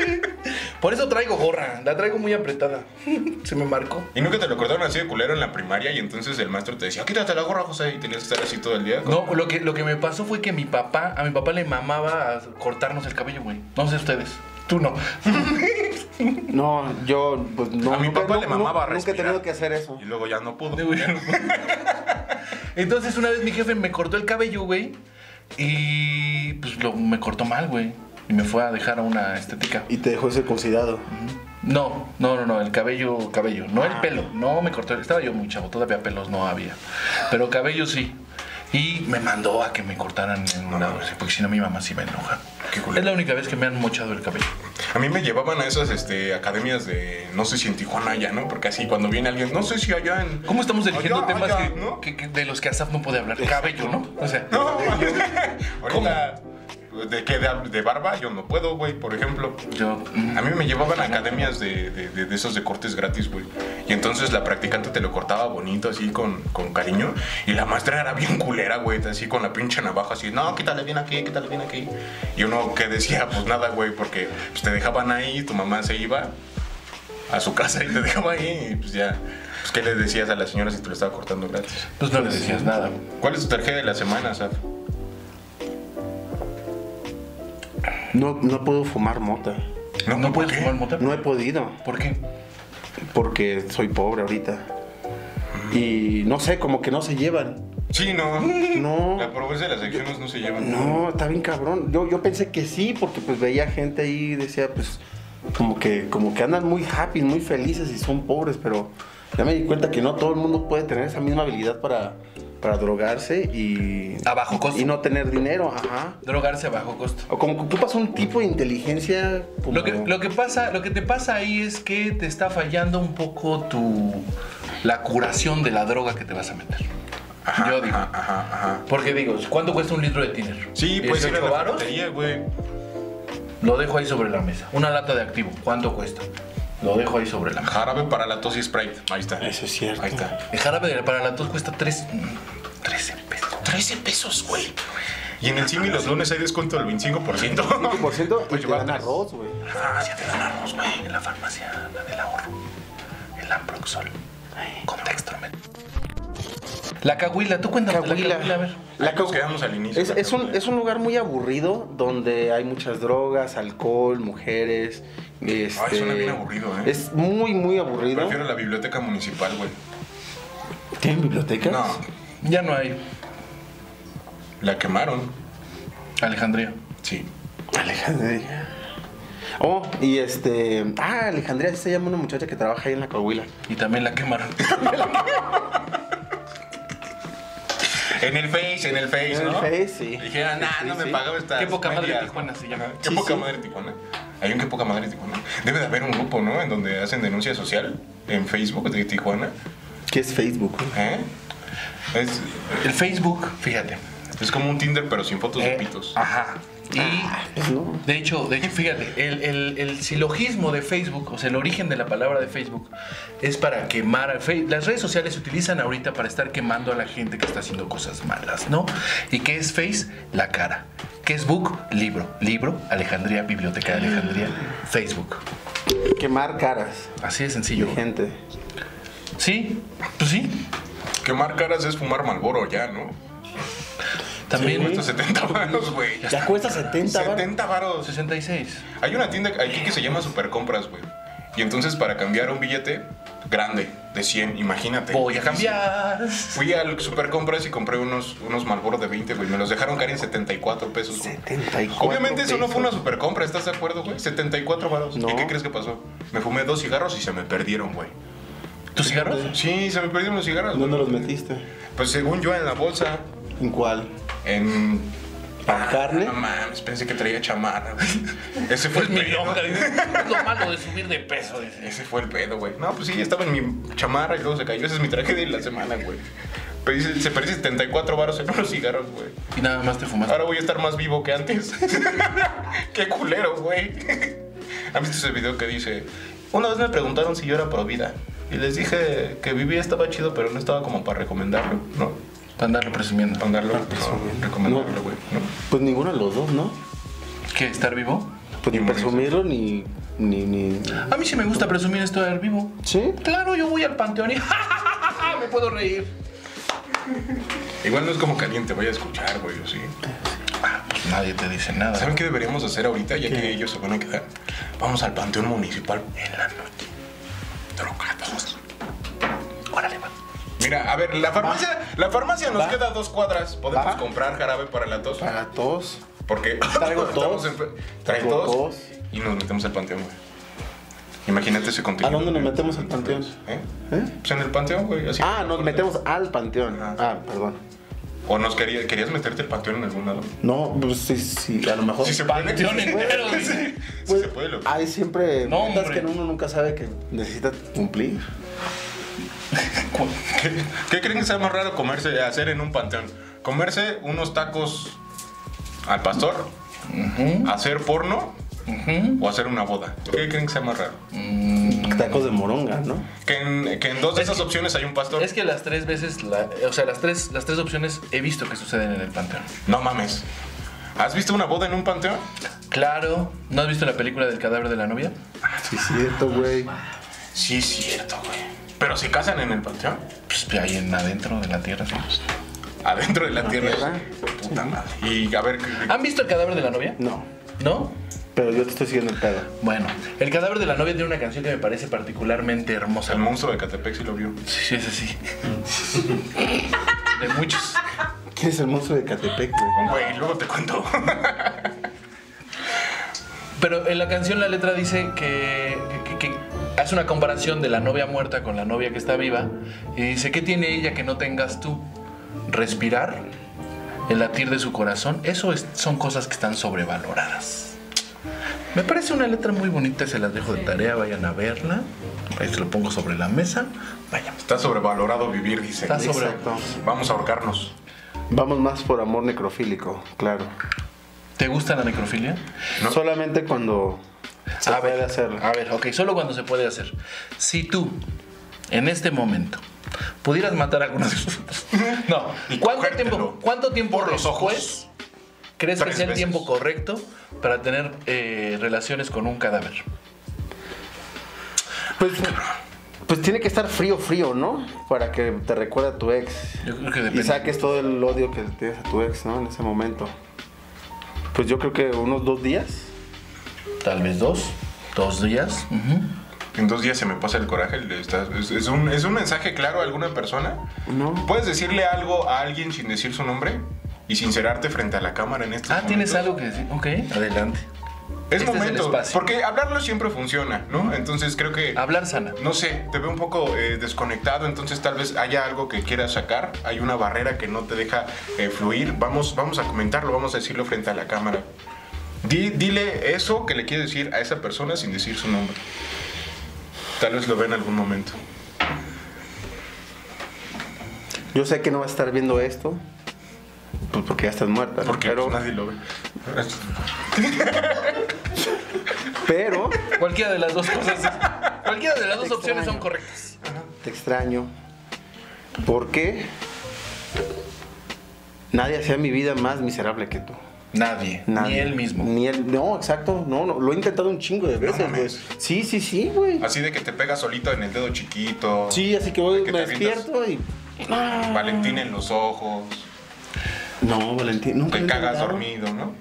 S3: [laughs]
S6: Por eso traigo gorra, la traigo muy apretada. [laughs] Se me marcó.
S3: Y nunca te lo cortaron así de culero en la primaria y entonces el maestro te decía, quítate la gorra, José, y tenías que estar así todo el día.
S6: No, lo que, lo que me pasó fue que mi papá, a mi papá le mamaba a cortarnos el cabello, güey. No sé ustedes. Tú no.
S4: No, yo, pues no.
S3: a mi
S4: nunca-
S3: papá le
S4: nu- nu-
S3: mamaba
S4: Nunca he
S3: respirar.
S4: tenido que hacer eso.
S3: Y luego ya no pudo.
S6: Entonces una vez mi jefe me cortó el cabello, güey. Y pues lo, me cortó mal, güey. Y me fue a dejar a una estética.
S4: Y te dejó circuncidado.
S6: No, no, no, no, el cabello, cabello. No el pelo, no me cortó. Estaba yo muy chavo, todavía pelos no había. Pero cabello sí. Y me mandó a que me cortaran en una vez, porque si no mi mamá sí me enoja.
S3: Qué culero.
S6: Es la única vez que me han mochado el cabello.
S3: A mí me llevaban a esas este, academias de, no sé si en Tijuana ya, ¿no? Porque así cuando viene alguien, no sé si allá en...
S6: ¿Cómo estamos eligiendo
S3: Allá,
S6: temas
S3: allá,
S6: que-
S3: ¿no?
S6: que- que- de los que Asaf no puede hablar? Cabello, ¿no? O sea,
S3: [laughs] No, [laughs] ahorita, ¿de qué? De, de barba? Yo no puedo, güey, por ejemplo.
S6: yo... mm,
S3: A mí me llevaban a academias de, de, de- de esos de cortes gratis, güey. Y entonces la practicante te lo cortaba bonito, así con, con cariño. Y la maestra era bien culera, güey, así con la pinche navaja, así, no, quítale bien aquí, quítale bien aquí. Y uno que decía, pues nada, güey, porque pues, te dejaban ahí, tu mamá se iba. a su casa y te dejaba ahí. Y pues ya. Pues, ¿Qué le decías a la señora si te lo estaba cortando gratis?
S6: Pues no le decías nada.
S3: ¿Cuál es tu tarjeta de la semana, Saf?
S4: No, no puedo fumar mota.
S6: No, puedes fumar mota.
S4: No he podido.
S6: ¿Por qué?
S4: Porque soy pobre ahorita. Y no sé, como que no se llevan.
S3: Sí, no.
S4: No.
S3: La pobreza de las secciones no se llevan.
S4: No, está bien cabrón. Yo, yo pensé que sí, porque pues veía gente ahí y decía, pues, como que, como que andan muy happy, muy felices y son pobres, pero ya me di cuenta que no todo el mundo puede tener esa misma habilidad para, para drogarse y.
S6: A bajo costo.
S4: Y no tener dinero, ajá.
S6: Drogarse a bajo costo.
S4: O como que ocupas un tipo de inteligencia. como-
S6: Lo que, lo que pasa, lo que te pasa ahí es que te está fallando un poco tu la curación de la droga que te vas a meter. Yo digo.
S3: Ajá, ajá, ajá.
S6: Porque digo, ¿cuánto cuesta un litro de tiner?
S3: Sí, pues era
S6: 18
S3: la
S6: varos.
S3: batería, güey.
S6: Lo dejo ahí sobre la mesa. Una lata de activo, ¿cuánto cuesta? Lo dejo ahí sobre la mesa.
S3: Jarabe para la tos y Sprite. Ahí está.
S4: Eso es cierto.
S3: Ahí está.
S6: El jarabe de- para la tos cuesta 3 13 pesos.
S3: 13 pesos, güey. Y en el Simi los lunes hay descuento del 25%. [laughs]
S4: 5% y
S3: Pues
S4: te
S3: lleva
S4: dan
S3: tres. Ah,
S4: arroz, güey.
S6: En la farmacia te dan arroz, güey. En la farmacia, la del ahorro. El Ambroxol. Contexto, men. La cahuila, tú cuéntame. de
S4: Cahuila.
S6: La cahuila, a ver.
S4: La
S3: Ahí nos
S4: cau-
S3: quedamos al inicio.
S4: Es,
S3: la
S4: es un,
S3: cahuila.
S4: es un lugar muy aburrido donde hay muchas drogas, alcohol, mujeres. Este,
S3: suena bien aburrido, ¿eh?
S4: Es muy, muy aburrido.
S3: Prefiero la biblioteca municipal, güey.
S4: ¿Tienen bibliotecas?
S3: No,
S6: Ya no hay
S3: la quemaron.
S6: Alejandría.
S3: Sí.
S4: Alejandría. Oh, y este. Ah, Alejandría, así se llama una muchacha que trabaja ahí en la Coahuila.
S6: Y también la quemaron.
S3: En el Face, en el Face,
S4: En el
S3: ¿no?
S4: Face, sí.
S3: Dijeron, nah,
S4: Sí,
S3: no me
S4: sí.
S3: pagaba esta.
S6: Qué poca madre Tijuana se llama.
S3: Qué
S4: Sí,
S3: poca
S4: sí.
S3: madre Tijuana. Hay un qué poca madre Tijuana. Debe de haber un grupo, ¿no? En donde hacen denuncia social en Facebook de Tijuana.
S4: ¿Qué es Facebook?
S3: ¿Eh? Es,
S6: El Facebook, fíjate.
S3: es como un Tinder, pero sin fotos
S6: eh,
S3: de pitos.
S6: Ajá. Y
S4: Ah. No.
S6: De hecho, de hecho, fíjate, el, el- el silogismo de Facebook, o sea, el origen de la palabra de Facebook, es para quemar al Facebook. Las redes sociales se utilizan ahorita para estar quemando a la gente que está haciendo cosas malas, ¿no? ¿Y qué es Face? La cara. ¿Qué es Book? Libro. Libro, Alejandría, Biblioteca de Alejandría, Facebook.
S4: Quemar caras
S6: Así de
S4: de
S6: sencillo.
S4: gente.
S6: Sí, pues sí.
S3: Quemar caras es fumar Malboro ya, ¿no?
S6: También
S3: Cuesta 70 varos, güey.
S4: Ya cuesta 70 bar.
S3: 70 varos.
S6: 66.
S3: Hay una tienda aquí que se llama Supercompras, güey. Y entonces para cambiar un billete grande de 100, imagínate.
S6: Voy a cambiar.
S3: Fui al Supercompras y compré unos, unos Malboro de 20, güey. Me los dejaron caer en 74 pesos, güey.
S4: 74
S3: Obviamente eso no fue una
S4: pesos.
S3: supercompra, ¿estás de acuerdo, güey? 74 varos.
S4: No.
S3: ¿Y qué crees que pasó? Me fumé dos cigarros y se me perdieron, güey.
S6: ¿Tus cigarros?
S3: Sí, se me perdieron los cigarros.
S4: ¿Dónde
S3: güey.
S4: los metiste?
S3: Pues según yo en la bolsa,
S4: ¿En cuál?
S3: en...
S4: ¿Para carne?
S3: No mames, pensé que traía chamarra,
S4: [laughs]
S3: güey. Ese fue
S6: Es
S3: el
S6: mi
S3: pedo.
S6: lonja, dice. Es lo malo de subir de peso, dice.
S3: [laughs] Ese fue el pedo, güey. No, pues sí, estaba en mi chamarra y luego se cayó. Esa es mi tragedia de la semana, güey. Pero dice- se perdió 74 varos en unos cigarros, güey.
S6: Y nada más te fumaste.
S3: Ahora voy a estar más vivo que antes. [laughs] Qué culero, güey. ¿Han visto ese video que dice? Una vez me preguntaron si yo era pro vida. Y les dije que vivía estaba chido, pero no estaba como para recomendarlo, ¿no?
S6: Para andarlo presumiendo.
S3: Para andarlo, no, recomendarlo,
S4: No.
S3: güey. ¿no?
S4: Pues ninguno de los dos, ¿no?
S6: ¿Qué? ¿Estar vivo?
S4: Pues
S3: Ni
S4: ni
S3: morirse.
S4: presumirlo ni. ni, ni...
S6: A mí sí me gusta presumir estar vivo.
S4: ¿Sí?
S6: Claro, yo voy al panteón y [laughs] me puedo reír.
S3: Igual no es como que alguien te vaya a escuchar, güey, o sí.
S6: Nadie te dice nada.
S3: ¿Saben qué deberíamos hacer ahorita, ya que ellos se van a quedar? Vamos al Panteón Municipal en la noche. Drogados.
S6: Órale, va.
S3: Mira, a ver, la farmacia, la farmacia nos
S4: Va.
S3: queda a dos cuadras. Podemos
S4: Va.
S3: comprar jarabe para la tos.
S4: Para todos.
S3: Porque
S4: Traigo
S3: [laughs] estamos
S4: tos.
S3: enfer- Trae
S4: Traigo
S3: tos,
S4: tos.
S3: Y nos metemos al panteón, güey. Imagínate ese
S4: ¿A
S3: contenido.
S4: dónde nos
S3: güey.
S4: metemos al panteón?
S3: ¿Eh?
S4: ¿Eh?
S3: Pues en el panteón, güey. así.
S4: Ah, nos metemos al panteón.
S3: Ah.
S4: Ah, perdón.
S3: ¿O nos quería- querías meterte al panteón en algún lado?
S4: No, pues sí, sí, a lo mejor.
S3: Si se puede.
S6: Panteón entero,
S3: [laughs] Sí,
S6: dice.
S3: Si
S4: Pues,
S3: se puede, lo
S4: hay siempre
S6: No,
S4: metas
S6: hombre.
S4: que uno nunca sabe que necesita cumplir.
S3: ¿Qué, qué creen que sea más raro comerse, hacer en un panteón? ¿Comerse unos tacos al pastor? ¿Hacer porno? ¿O hacer una boda? ¿Qué creen que sea más raro?
S4: Tacos de moronga, ¿no?
S3: Que en, que en dos de
S6: Es
S3: esas
S6: que-
S3: opciones hay un pastor.
S6: Es que las tres veces, la- o sea, las tres, las tres opciones he visto que suceden en el panteón.
S3: No mames. ¿Has visto una boda en un panteón?
S6: Claro, ¿no has visto la película del cadáver de la novia?
S4: Ah, Sí, es cierto, güey.
S3: Sí, es cierto, güey. Pero se casan en el panteón.
S6: Pues ahí en adentro de la tierra. sí.
S3: Adentro de la tierra.
S4: tierra.
S3: Puta madre. Y a ver,
S6: ¿Han visto el cadáver de la novia?
S4: No,
S6: ¿No?
S4: pero yo te estoy siguiendo el pedo.
S6: Bueno, el cadáver de la novia tiene una canción que me parece particularmente hermosa.
S3: el monstruo de Catepec sí lo vio.
S6: Sí, sí, es así. [laughs] De muchos.
S4: ¿Quién es el monstruo de Catepec, güey?
S3: Güey, luego te cuento.
S6: Pero en la canción la letra dice que, que- que- que hace una comparación de la novia muerta con la novia que está viva y dice, ¿qué tiene ella que no tengas tú? Respirar, el latir de su corazón, eso es- son cosas que están sobrevaloradas. Me parece una letra muy bonita, se las dejo de tarea, vayan a verla. Ahí se lo pongo sobre la mesa. Vayan.
S3: Está sobrevalorado vivir, dice.
S6: Está sobre-
S4: Exacto.
S3: Vamos a ahorcarnos.
S4: Vamos más por amor necrofílico, claro.
S6: ¿Te gusta la necrofilia?
S3: No.
S4: Solamente cuando se
S6: a
S4: puede
S6: ver,
S4: hacerlo.
S6: A ver, ok, solo cuando se puede hacer. Si tú, en este momento, pudieras matar a alguno
S3: [laughs]
S6: de nosotros. No,
S3: Y
S6: ¿cuánto
S3: cogértelo
S6: tiempo, cuánto tiempo
S3: por los
S6: después ¿Crees que
S3: Tres
S6: sea el
S3: veces.
S6: tiempo correcto para tener eh, relaciones con un cadáver?
S4: Pues, pues tiene que estar frío, frío, ¿no? Para que te recuerde a tu ex.
S6: Yo creo que
S4: Y
S6: depende.
S4: saques todo el odio que tienes a tu ex, ¿no? En ese momento. Pues yo creo que unos dos días.
S6: Tal vez dos, dos días. ujú.
S3: En dos días se me pasa el coraje. le está- es, es un, es un mensaje claro a alguna persona.
S4: No.
S3: ¿Puedes decirle algo a alguien sin decir su nombre? Y sincerarte frente a la cámara en estos
S6: Ah, tienes
S3: momentos?
S6: algo que decir. Ok, adelante.
S3: Es
S6: Este es el
S3: momento.
S6: espacio.
S3: porque hablarlo siempre funciona, ¿no? Entonces creo que.
S6: Hablar sana.
S3: No sé, te veo un poco eh, desconectado, entonces tal vez haya algo que quieras sacar, hay una barrera que no te deja eh, fluir. Vamos, vamos a comentarlo, vamos a decirlo frente a la cámara. Di- dile eso que le quieres decir a esa persona sin decir su nombre. Tal vez lo vea en algún momento.
S4: Yo sé que no vas a estar viendo esto. Pues porque ya estás muerta. ¿no?
S3: Porque
S4: pero,
S3: pues, nadie lo ve.
S4: pero
S6: Cualquiera de las dos cosas.
S3: [laughs]
S6: Cualquiera de las dos opciones son correctas.
S4: te extraño. Porque nadie hacía mi vida más miserable que tú.
S6: Nadie, ni
S4: Nadie.
S6: él mismo.
S4: Ni él. No, exacto. No, no. Lo he intentado un chingo de veces, güey.
S3: mames.
S4: sí, sí, sí, güey.
S3: Así de que te pegas solito en el dedo chiquito.
S4: Sí, así que voy,
S3: que
S4: me
S3: te avientas.
S4: despierto y.
S3: Valentín en los ojos.
S4: No, Valentín, nunca.
S3: Te
S4: lo he
S3: cagas
S4: intentado.
S3: dormido, ¿no?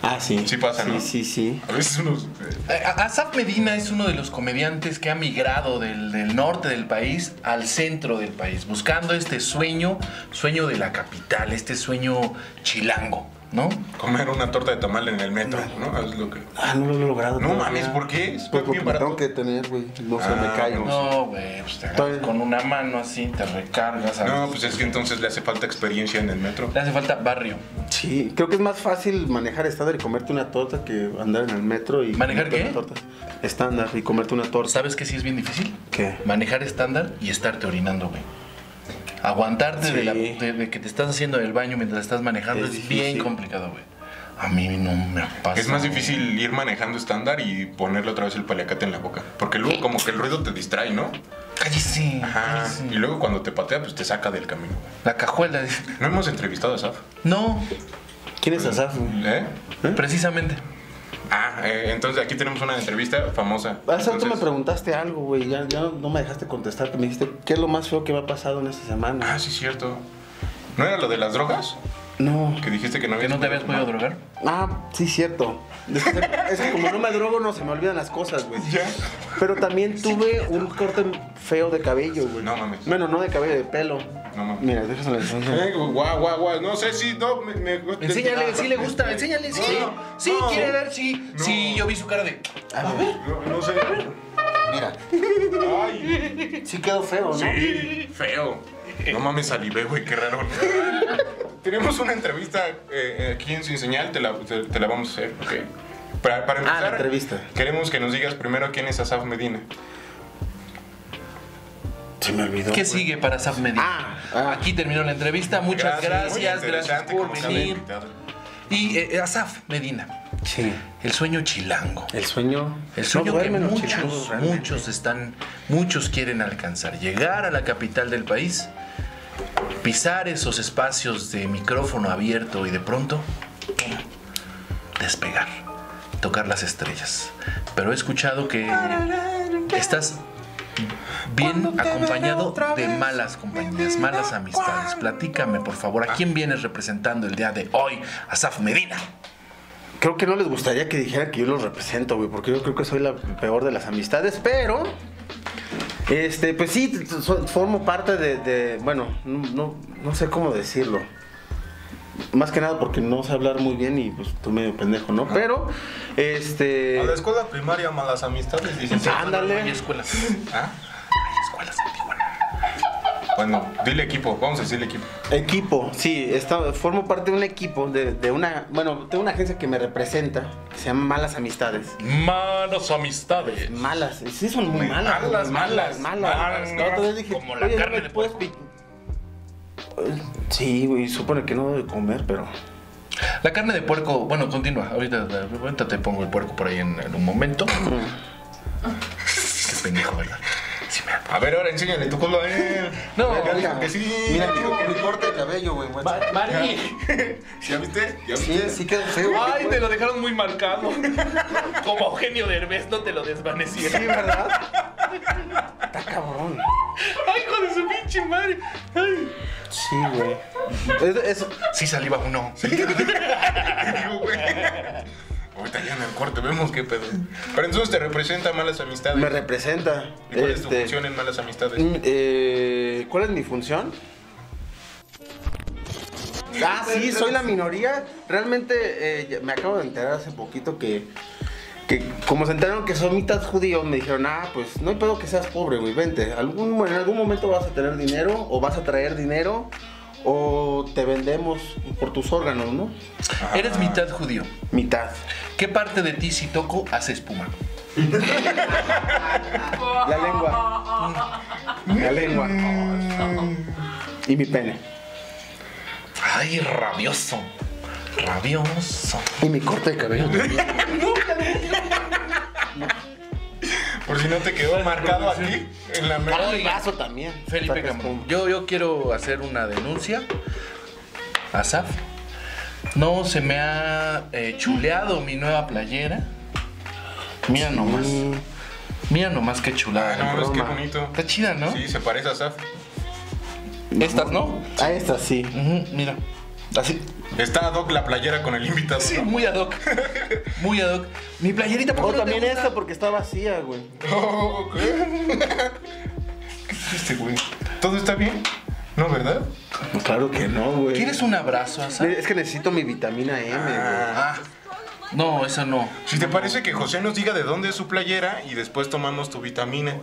S4: Ah, sí.
S3: Sí pasa,
S4: sí,
S3: ¿no?
S4: Sí, sí.
S3: A veces unos.
S6: Eh, a- Asaf Medina es uno de los comediantes que ha migrado del, del norte del país al centro del país, buscando este sueño, sueño de la capital, este sueño chilango, ¿no?
S3: Comer una torta de tamal en el metro, ¿no? Es lo que.
S4: Ah, no lo he logrado.
S3: No
S4: todavía.
S3: mames, ¿por qué? Es
S4: Pues porque
S3: bien
S4: me
S3: barato.
S4: tengo que tener, güey. No se
S3: Ah,
S4: me caigo.
S6: No, güey, pues te agarras
S4: Todavía-
S6: con una mano así, te recargas. ¿sabes?
S3: No, pues es que entonces le hace falta experiencia en el metro.
S6: Le hace falta barrio.
S4: Sí, creo que es más fácil manejar estándar y comerte una torta que andar en el metro y.
S6: ¿Manejar
S4: comerte
S6: qué?
S4: una torta. Estándar y comerte una torta.
S6: ¿Sabes qué sí es bien difícil?
S4: ¿Qué?
S6: Manejar estándar y estarte orinando, güey. Aguantarte de,
S4: Sí.
S6: la- de- de que te estás haciendo en el baño mientras estás manejando es,
S4: Es
S6: bien
S4: difícil.
S6: complicado, güey. A mí no me pasa.
S3: Es más
S6: güey.
S3: difícil ir manejando estándar y ponerle otra vez el paliacate en la boca. Porque luego como que el ruido te distrae, ¿no?
S6: Cállese.
S3: Ajá.
S6: cállese.
S3: Y luego cuando te patea, pues te saca del camino.
S6: La cajuela. dice.
S3: No hemos entrevistado a Saf.
S6: No,
S4: ¿Quién es Asaf? güey?
S3: ¿Eh?
S6: precisamente.
S3: Ah, eh, entonces aquí tenemos una entrevista famosa.
S4: Hace rato me
S3: Entonces-
S4: preguntaste algo, güey. Ya, ya no me dejaste contestar. Me dijiste, ¿qué es lo más feo que me ha pasado en esta semana?
S3: Ah, sí, cierto. ¿No era lo de las drogas?
S4: No.
S3: Que dijiste que no
S6: Que
S3: habías
S6: no te habías podido
S3: tomar.
S6: drogar.
S4: Ah, sí, cierto. Es que, es que como no me drogo, no se me olvidan las cosas, güey.
S3: Ya.
S4: Pero también tuve un corte feo de cabello, güey.
S3: No mames.
S4: Bueno, no de cabello, de pelo.
S3: No mames.
S4: Mira, déjaselo en el fondo.
S3: Eh, guau, guau, guau. No sé si no me. me-
S6: Enséñale, sí le gusta, enséñale, sí.
S3: No,
S6: Sí,
S3: no.
S6: quiere ver, sí.
S3: No.
S6: Sí, yo vi su cara de.
S4: A ver,
S3: No, no sé.
S4: mira.
S3: Ay.
S4: Sí quedó feo, ¿no?
S3: Sí, feo. No mames, salivé, güey, qué raro. Tenemos una entrevista eh, aquí en Sin Señal, te la, te, te la vamos a hacer, ¿ok? Para, para
S4: Ah,
S3: empezar,
S4: la entrevista.
S3: queremos que nos digas primero quién es Asaf Medina.
S4: Se me olvidó.
S6: ¿Qué sigue para Sam Medina?
S4: Ah, ah.
S6: Aquí terminó la entrevista. Muchas
S3: muy
S6: gracias, gracias
S3: interesante
S6: por
S3: como cada
S6: venir.
S3: invitado.
S6: Y eh, Asaf Medina,
S4: Sí.
S6: el sueño chilango.
S4: El sueño.
S6: El sueño
S4: No
S6: que
S4: duermen los
S6: muchos,
S4: chilangos, realmente.
S6: muchos están, muchos quieren alcanzar, llegar a la capital del país, pisar esos espacios de micrófono abierto y de pronto ¡pum! despegar, tocar las estrellas. Pero he escuchado que estás Bien acompañado de malas compañías, malas amistades. Platícame, por favor, ¿a quién vienes representando el día de hoy? A Saf Medina.
S4: Creo que no les gustaría que dijera que yo los represento, güey, porque yo creo que soy la peor de las amistades, pero. Este, pues sí, t- t- so- formo parte de. de- bueno, no, no- no sé cómo decirlo. Más que nada porque no sé hablar muy bien y pues tú medio pendejo, ¿no? Pero, este.
S6: Eh.
S5: A la escuela primaria, malas amistades, dicen.
S6: No hay
S4: Ándale.
S6: escuelas.
S3: ¿Ah?
S6: Hay escuelas en Tijuana.
S3: Bueno, dile equipo, vamos a decirle equipo.
S4: Equipo, sí, está, formo parte de un equipo, de, de una. Bueno, tengo una agencia que me representa, que se llama Malas Amistades.
S6: Malas amistades.
S4: Malas, sí son muy malas. güey,
S6: malas, malas, malas,
S4: La otra vez dije,
S6: como la
S4: "Oye,
S6: carne
S4: ¿no me
S6: de
S4: puedes pi-?" Eh, Sí, güey, supone que no debo de comer, pero.
S6: La carne de puerco, bueno, continúa. Ahorita, ahorita te pongo el puerco por ahí en, en un momento. Qué pendejo, ¿verdad? Sí, me
S3: A ver, ahora enséñale tu culo a él.
S6: No,
S3: ya dijo que sí.
S4: Mira,
S5: Digo que me corte el cabello, güey. muestra.
S3: ¿Ya viste? ¿Ya
S4: sí,
S3: viste?
S4: sí quedó [laughs] feo.
S6: Ay, te lo dejaron muy marcado. Como Eugenio Derbez, no te lo desvanecieron.
S4: Sí, ¿verdad? Está cabrón.
S6: Ay, hijo de su pinche madre. Ay.
S4: Sí, güey. Es, es-
S6: Sí, saliva uno.
S3: Digo, güey. Ahorita ya en el corte vemos qué pedo. Pero entonces te representa malas amistades.
S4: me representa.
S3: ¿Y cuál es tu
S4: este,
S3: función en malas amistades?
S4: mm, eh, ¿Cuál es mi función? Ah, sí, soy la minoría. Realmente eh, ya- me acabo de enterar hace poquito que, que como se enteraron que soy mitad judío, me dijeron, ah, pues no hay pedo que seas pobre, güey, vente. Algún, en algún momento vas a tener dinero o vas a traer dinero o te vendemos por tus órganos, ¿no?
S6: Eres mitad judío.
S4: Mitad.
S6: ¿Qué parte de ti, si toco, hace espuma?
S4: La lengua. La lengua. Y mi pene.
S6: Ay, rabioso. Rabioso.
S4: Y mi corte de cabello.
S3: Por si no te quedó marcado aquí en la mesa.
S4: Ah, mi vaso también.
S6: Felipe
S4: Sacas
S6: Camón,
S4: como-
S6: yo, yo quiero hacer una denuncia a SAF. No se me ha eh, chuleado mi nueva playera. Mira nomás.
S4: Mm,
S6: Mira nomás qué chulada.
S3: No mames, qué
S4: broma.
S3: bonito.
S6: Está chida, ¿no?
S3: Sí, se parece a Saf.
S6: Estas, ¿no?
S4: Ah, esta sí.
S6: Ujú, mira. Así.
S3: Está ad hoc la playera con el invitado.
S6: Sí,
S3: ¿no?
S6: muy ad hoc. Muy ad hoc. Mi playerita
S4: O
S6: por
S4: también esta porque está vacía, güey.
S3: Oh, ¿Qué ¿Qué hiciste, güey? ¿Todo está bien? No, ¿verdad?
S4: Claro que no, güey.
S6: ¿Quieres un abrazo a SAF?
S4: Es que necesito mi vitamina M, güey.
S6: Ah. No, eso no.
S3: Si te parece que José nos diga de dónde es su playera y después tomamos tu vitamina.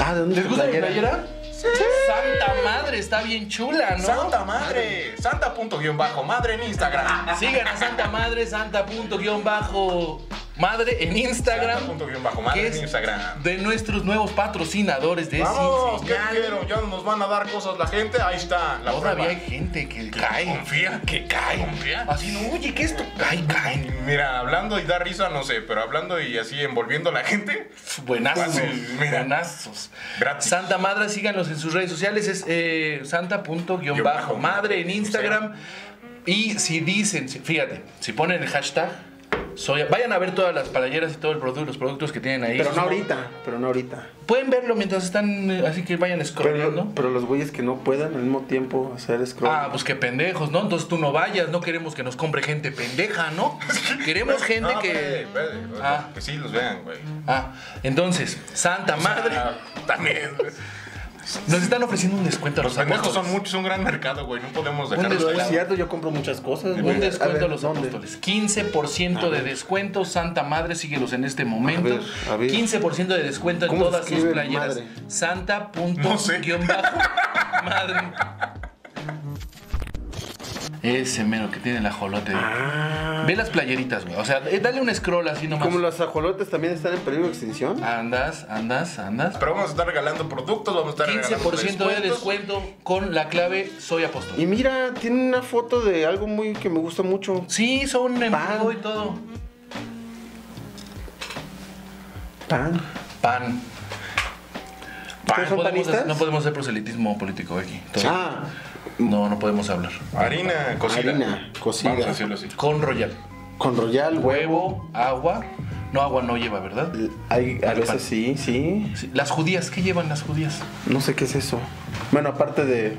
S4: Ah, ¿de dónde
S6: ¿Les
S4: es tu
S6: gusta mi playera? Santa madre, está bien chula, ¿no?
S3: Santa madre, santa punto guión bajo madre en
S6: [laughs]
S3: Instagram.
S6: Sigan a Santa Madre, Santa punto guión bajo madre en Instagram.
S3: Santa punto guión bajo madre
S6: que
S3: en
S6: es
S3: Instagram.
S6: de nuestros nuevos patrocinadores de
S3: Vamos,
S6: Sin
S3: ¿qué
S6: Señal.
S3: quiero? Ya nos van a dar cosas la gente. Ahí está la
S6: Todavía hay
S3: prueba.
S6: gente que cae. Confía, que cae. Confía. Así no, oye, ¿qué es esto? Cae, cae.
S3: Mira, hablando y da risa, no sé, pero hablando y así envolviendo a la gente.
S6: Buenazos,
S3: Fácil, Pues, mira.
S6: buenazos.
S3: Gratis.
S6: Santa Madre, síganos en sus redes sociales. Es eh, santa punto guión bajo madre en Instagram. Y si dicen, si- fíjate, si ponen el hashtag, soy, vayan a ver todas las playeras y todo el producto, los productos que tienen ahí.
S4: Pero no ahorita, pero no ahorita.
S6: Pueden verlo mientras están, eh, así que vayan
S4: Pero,
S6: scrolleando.
S4: pero los güeyes que no puedan al mismo tiempo hacer scroll.
S6: Ah, pues qué pendejos, ¿no? Entonces tú no vayas, no queremos que nos compre gente pendeja,
S3: [laughs]
S6: ¿no? Queremos gente
S3: No, espérate,
S6: que...
S3: espérate, o sea,
S6: Ah.
S3: Que sí los vean, güey.
S6: Ah, entonces, santa madre,
S3: Ah, también. güey.
S6: nos están ofreciendo un descuento a
S3: Los
S6: los
S3: pendejos
S6: apóstoles.
S3: son muchos, es un gran mercado, güey. No podemos dejarlos
S6: descuento.
S3: de
S4: es
S3: lado.
S4: cierto, yo compro muchas cosas, güey.
S6: Un descuento a,
S4: ver,
S6: los
S4: ¿dónde?
S6: apóstoles. 15% de descuento, santa madre, síguelos en este momento.
S4: A ver, a ver.
S6: 15% de descuento en
S4: ¿Cómo se
S6: todas sus
S4: escribe
S6: playeras.
S4: madre?
S6: Santa punto
S3: No sé. [laughs]
S6: guión bajo madre. Ese mero que tiene el ajolote.
S3: Ah.
S6: Ve las playeritas, güey. O sea, eh, dale un scroll así nomás.
S4: Como los ajolotes también están en peligro de extinción.
S6: Andas, andas, andas.
S3: Pero vamos a estar regalando productos, vamos a estar regalando
S6: 15% de
S3: descuentos.
S6: descuento con la clave Soy Apóstol.
S4: Y mira, tiene una foto de algo muy que me gusta mucho.
S6: Sí, son en
S4: Pan.
S6: vivo y todo.
S4: Pan.
S6: Pan.
S4: ¿Ustedes son
S6: No podemos, hacer,
S4: panistas?
S6: no podemos hacer proselitismo político aquí. Entonces,
S4: Ah,
S6: No, no podemos hablar.
S3: Harina cocida.
S6: Pues
S4: Harina cocida.
S3: Vamos a decirlo así.
S6: Con Royal.
S4: con Royal, huevo.
S6: Huevo, agua, No, agua no lleva, ¿verdad?
S4: Hay, a veces sí, sí.
S6: Sí. Las judías, ¿qué llevan las judías?
S4: No sé qué es eso. Bueno, aparte de.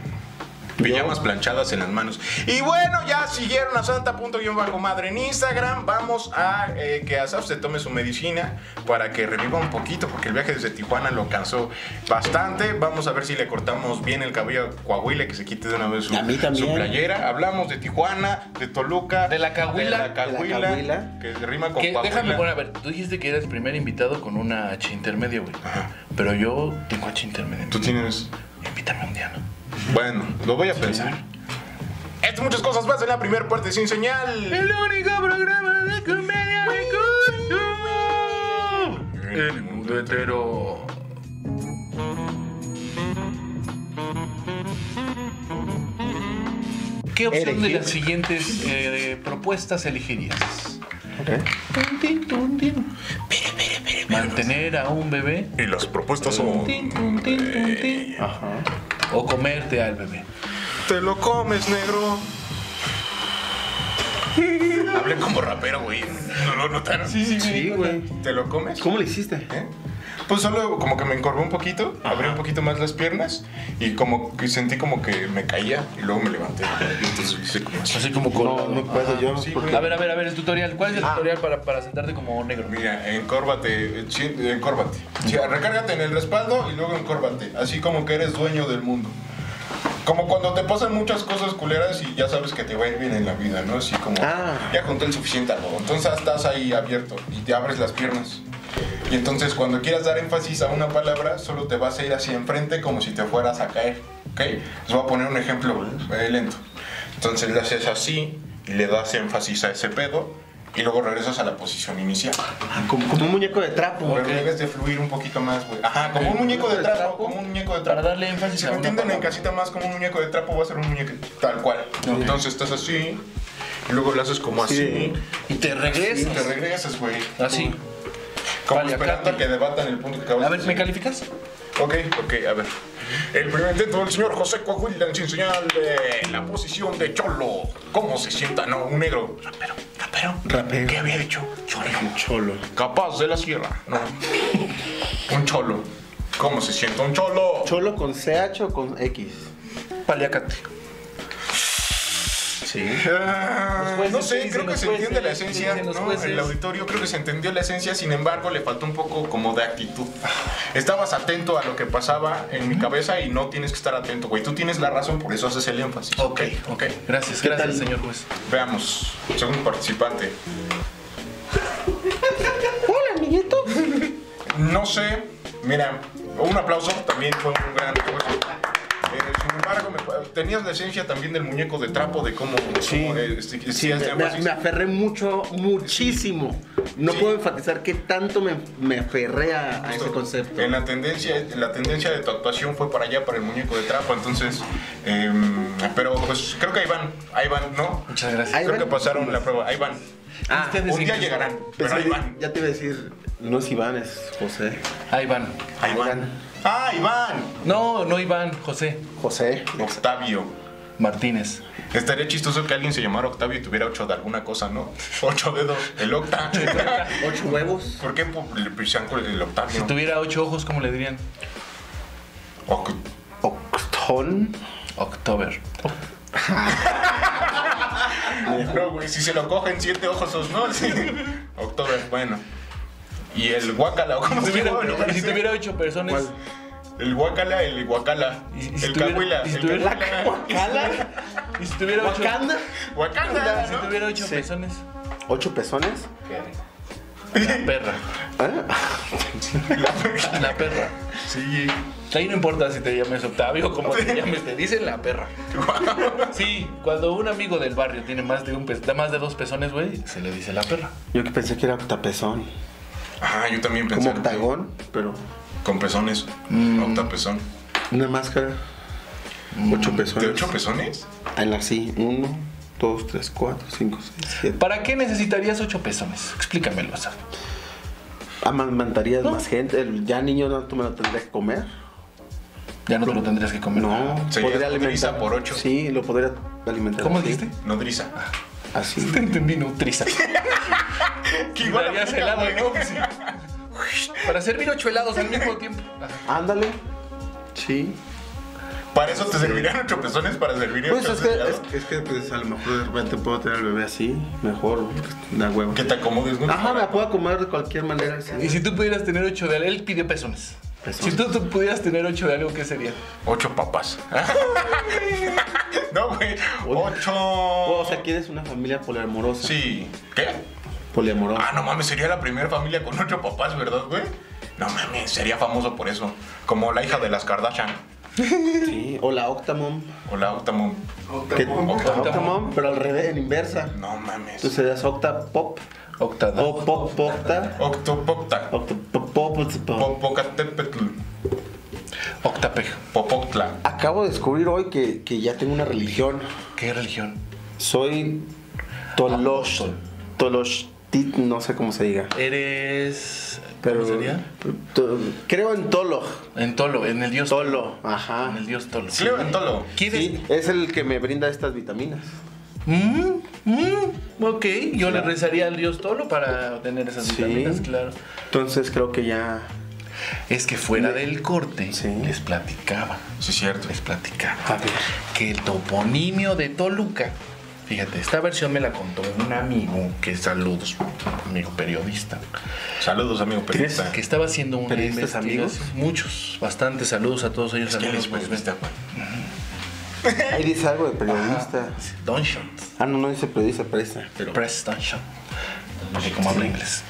S3: Pijamas planchadas en las manos. Y bueno, ya siguieron a Santa punto guión bajo madre en Instagram. Vamos a eh, que Asaf se tome su medicina para que reviva un poquito, porque el viaje desde Tijuana lo cansó bastante. Vamos a ver si le cortamos bien el cabello a Coahuila, que se quite de una vez su,
S4: A mí también.
S3: su playera. Hablamos de Tijuana, de Toluca,
S6: De la Cahuila.
S3: de la Cahuila,
S4: De la Cahuila.
S3: que se rima con
S6: Que,
S3: Coahuila.
S6: déjame poner, a ver, tú dijiste que eras primer invitado con una H intermedia, güey. Pero yo tengo H intermedia.
S3: Tú tienes.
S6: Invítame un día, ¿no?
S3: Bueno, lo voy a pensar. Estas muchas cosas más en la primera parte sin señal.
S6: El único programa de comedia de consumo el mundo entero. ¿Qué opción de
S4: Elegir.
S6: las siguientes eh, propuestas elegirías?
S4: Ok.
S6: Tun, tin, tun, tin. Mantener a un bebé
S3: Y las propuestas son.
S6: Tin, tun, tin, tun, tin. o comerte al bebé.
S3: Te lo comes, negro. Hablé como rapero, güey. No lo notaron.
S4: Sí, güey.
S3: ¿Te lo comes?
S4: ¿Cómo le hiciste?
S3: ¿Eh? Pues solo como que me encorvé un poquito, abrí un poquito más las piernas y como que sentí como que me caía y luego me levanté. Entonces hice como así.
S6: Así como con.
S4: No, no puedo yo.
S3: sí,
S4: porque-
S6: A ver, a ver, a ver, el tutorial. ¿Cuál es
S4: Ah.
S6: el tutorial para, para sentarte como negro?
S3: Mira, encórbate, eh, chi- eh, encórbate. Sí, recárgate en el respaldo y luego encórbate. Así como que eres dueño del mundo. Como cuando te pasan muchas cosas culeras y ya sabes que te va a ir bien en la vida, ¿no? Así como
S4: Ah.
S3: ya junté el suficiente algo. Entonces estás ahí abierto y te abres las piernas. Y entonces cuando quieras dar énfasis a una palabra, solo te vas a ir hacia enfrente como si te fueras a caer. ¿Ok? Les voy a poner un ejemplo eh, lento. Entonces le haces así y le das énfasis a ese pedo y luego regresas a la posición inicial.
S4: Como, como un muñeco de trapo.
S3: Pero debes de fluir un poquito más, güey. Ajá, como un muñeco de trapo, como un muñeco de trapo.
S6: Para darle énfasis
S3: Si
S6: a
S3: lo
S6: una
S3: entienden en
S6: palabra.
S3: casita más como un muñeco de trapo, va a ser un muñeco tal cual. Entonces estás así, y luego lo haces como así,
S6: Y te
S3: y
S6: regresas.
S3: te regresas, güey.
S6: Así.
S3: Como
S6: Vale, acá
S3: esperando a
S6: te-
S3: que debatan el punto que acabas
S6: A
S3: de
S6: ver, ¿me
S3: decir.
S6: calificas?
S3: Ok, ok, a ver. El primer intento del señor José Coahuila sin señal de la posición de Cholo. ¿Cómo se sienta? No, un negro. Rapero, rapero. Rapero. ¿Qué había hecho? Cholo. cholo. Capaz de la sierra.
S6: [laughs]
S3: No. un cholo. ¿Cómo se sienta un cholo?
S4: Cholo con CH o con X.
S6: Paliacate. Sí.
S3: Ah,
S6: jueces
S3: no sé,
S6: dicen,
S3: creo que
S6: los
S3: se entiende
S6: jueces
S3: la esencia,
S6: dicen, los
S3: ¿no?
S6: jueces.
S3: El auditorio creo que se entendió la esencia, sin embargo, le faltó un poco como de actitud. Estabas atento a lo que pasaba en mi cabeza y no tienes que estar atento, güey. Tú tienes la razón, por eso haces el énfasis.
S6: Ok, ok. Gracias,
S4: ¿Qué
S6: gracias,
S4: tal?
S6: señor juez.
S3: Veamos, segundo participante.
S4: Hola, amiguito.
S3: No sé, mira, un aplauso, también fue un gran esfuerzo. Eh, sin embargo, me- tenías la esencia también del muñeco de trapo, de cómo...
S4: Sí.
S3: cómo, eh, este,
S4: Sí,
S3: hacías
S4: me, me-
S3: énfasis.
S4: me aferré mucho, muchísimo. No
S3: Sí.
S4: puedo enfatizar qué tanto me, me aferré a, a ese concepto.
S3: En la tendencia, en la tendencia de tu actuación fue para allá, para el muñeco de trapo, entonces, eh, pero pues creo que ahí van, ahí van, ¿no?
S6: Muchas gracias.
S4: Ahí
S3: creo
S4: van.
S3: que pasaron la prueba, ahí van.
S4: Ah,
S3: Un día
S6: incluso-
S3: llegarán, pero
S4: pensé-
S3: ahí van.
S4: ya te iba a decir, no es Iván, es José.
S6: Ahí van.
S3: Ahí van. Ah, ahí van.
S6: No, no Iván, José
S4: José.
S3: Octavio.
S6: Martínez.
S3: Estaría chistoso que alguien se llamara Octavio y tuviera ocho de alguna cosa, ¿no? [laughs] Ocho dedos. El
S6: [laughs]
S3: octa.
S4: Ocho huevos.
S3: ¿Por qué por- le pisan con el Octavio?
S6: Si tuviera ocho ojos, ¿cómo le dirían?
S3: Oc-
S4: Octón.
S6: October.
S3: No, güey, si se lo cogen siete ojos, ¿no? [laughs] Sí. October, bueno. Y el guacala, ¿o ¿cómo
S6: Si
S3: se
S6: tuviera,
S3: llama?
S6: si tuviera ocho personas.
S3: El guacala, el guacala.
S6: Y si- y si
S3: el
S6: tuviera-
S3: cahuila.
S6: y si
S3: el
S6: tuviera- [laughs]
S3: cahuila. [laughs]
S4: ¿Cala?
S6: Y si tuviera ocho.
S4: ¿Wakanda?
S3: Wakanda,
S6: Si
S3: ¿no?
S6: tuviera ocho personas.
S4: ¿Ocho pezones?
S6: La perra.
S4: ¿Ah?
S6: La perra.
S3: [laughs] Sí.
S6: Ahí no importa si te llames Octavio o como te llames, te dicen la perra. Sí, cuando un amigo del barrio tiene más de un pez- da más de dos pezones, güey, se le dice la perra.
S4: Yo que pensé que era octapezón.
S3: Ah, yo también pensé.
S4: Como octagón, pero
S3: Con pezones. Octapezón.
S4: una máscara. Ocho
S3: Mm, ¿De
S4: pezones.
S3: ocho pezones?
S4: En la sí. Uno, dos, tres, cuatro, cinco, seis, siete.
S6: ¿Para qué necesitarías ocho pezones? Explícamelo, Asaf.
S4: ¿Amamantarías Ah, más gente? El- ¿Ya niño no tú me lo tendrías que comer?
S6: Ya no te lo tendrías que comer.
S4: No.
S3: Serías nodriza por ocho.
S4: Sí, lo podría alimentar.
S6: ¿Cómo
S4: así.
S6: dijiste?
S3: Nodriza.
S4: Así.
S6: Te entendí, nutriza. Que igual darías helado, ¿no? Sí. Para servir ocho helados al mismo tiempo.
S4: Ándale. Sí.
S3: Para eso te servirían ocho pezones para servir
S4: Pues
S3: ocho
S4: es que,
S3: helados.
S4: es, es que pues, a lo mejor de repente puedo tener al bebé así, mejor, da huevo.
S3: Que te acomodes mucho.
S4: Ajá, me la puedo comer de cualquier manera. sí.
S6: Y si tú pudieras tener ocho de algo, él pidió pezones.
S4: Pezones.
S6: Si tú, tú pudieras tener ocho de algo, ¿qué sería?
S3: Ocho papas. [laughs] no, güey. Ocho.
S4: Oh, o sea, quieres una familia poliamorosa.
S3: Sí. ¿Qué?
S4: Poliamorosa.
S3: Ah, no mames, sería la primera familia con ocho papás, ¿verdad, güey? No mames, sería famoso por eso. Como la hija de las Kardashian.
S4: Sí. O la Octamom.
S3: O la Octamom.
S4: que-
S3: Octamom.
S4: Octamom, pero al revés, en inversa.
S3: No mames.
S4: Tú serías Octapop.
S6: Octava.
S4: O Pop Popta.
S3: Octopocta.
S4: Octapop.
S3: Popocatépetl.
S6: Octapej.
S3: Popoctla.
S4: Acabo de descubrir hoy que, que ya tengo una religión.
S6: ¿Qué religión?
S4: Soy Tolosh.
S6: Apóstol.
S4: Toloshtit, no sé cómo se diga.
S6: Eres.
S4: Pero.
S6: ¿Cómo sería?
S4: to- creo en Tolo.
S6: En Tolo, en el dios
S4: Tolo,
S6: En
S4: ajá.
S6: el dios Tolo.
S3: Cleo en Tolo.
S6: ¿Quieres?
S4: Sí, es el que me brinda estas vitaminas.
S6: Mm, mm, ok, yo le rezaría al dios Tolo para obtener esas
S4: Sí.
S6: vitaminas, claro.
S4: Entonces creo que ya.
S6: Es que fuera del corte
S4: Sí.
S6: les platicaba,
S3: Sí, es cierto.
S6: les platicaba
S4: A ver.
S6: que el toponimio de Toluca, fíjate, esta versión me la contó un amigo que saludos, amigo periodista,
S3: Saludos, amigo periodista.
S6: que estaba haciendo un
S4: ¿Periodistas amigos?
S6: muchos, bastantes saludos a todos ellos.
S3: Es que él es
S6: amigos, pues, nos ven.
S3: periodista, güey.
S4: Ahí dice algo de periodista.
S6: Don Shots.
S4: Ah, no, no dice periodista, presta.
S6: pero Press Dungeon. No sé cómo habla inglés.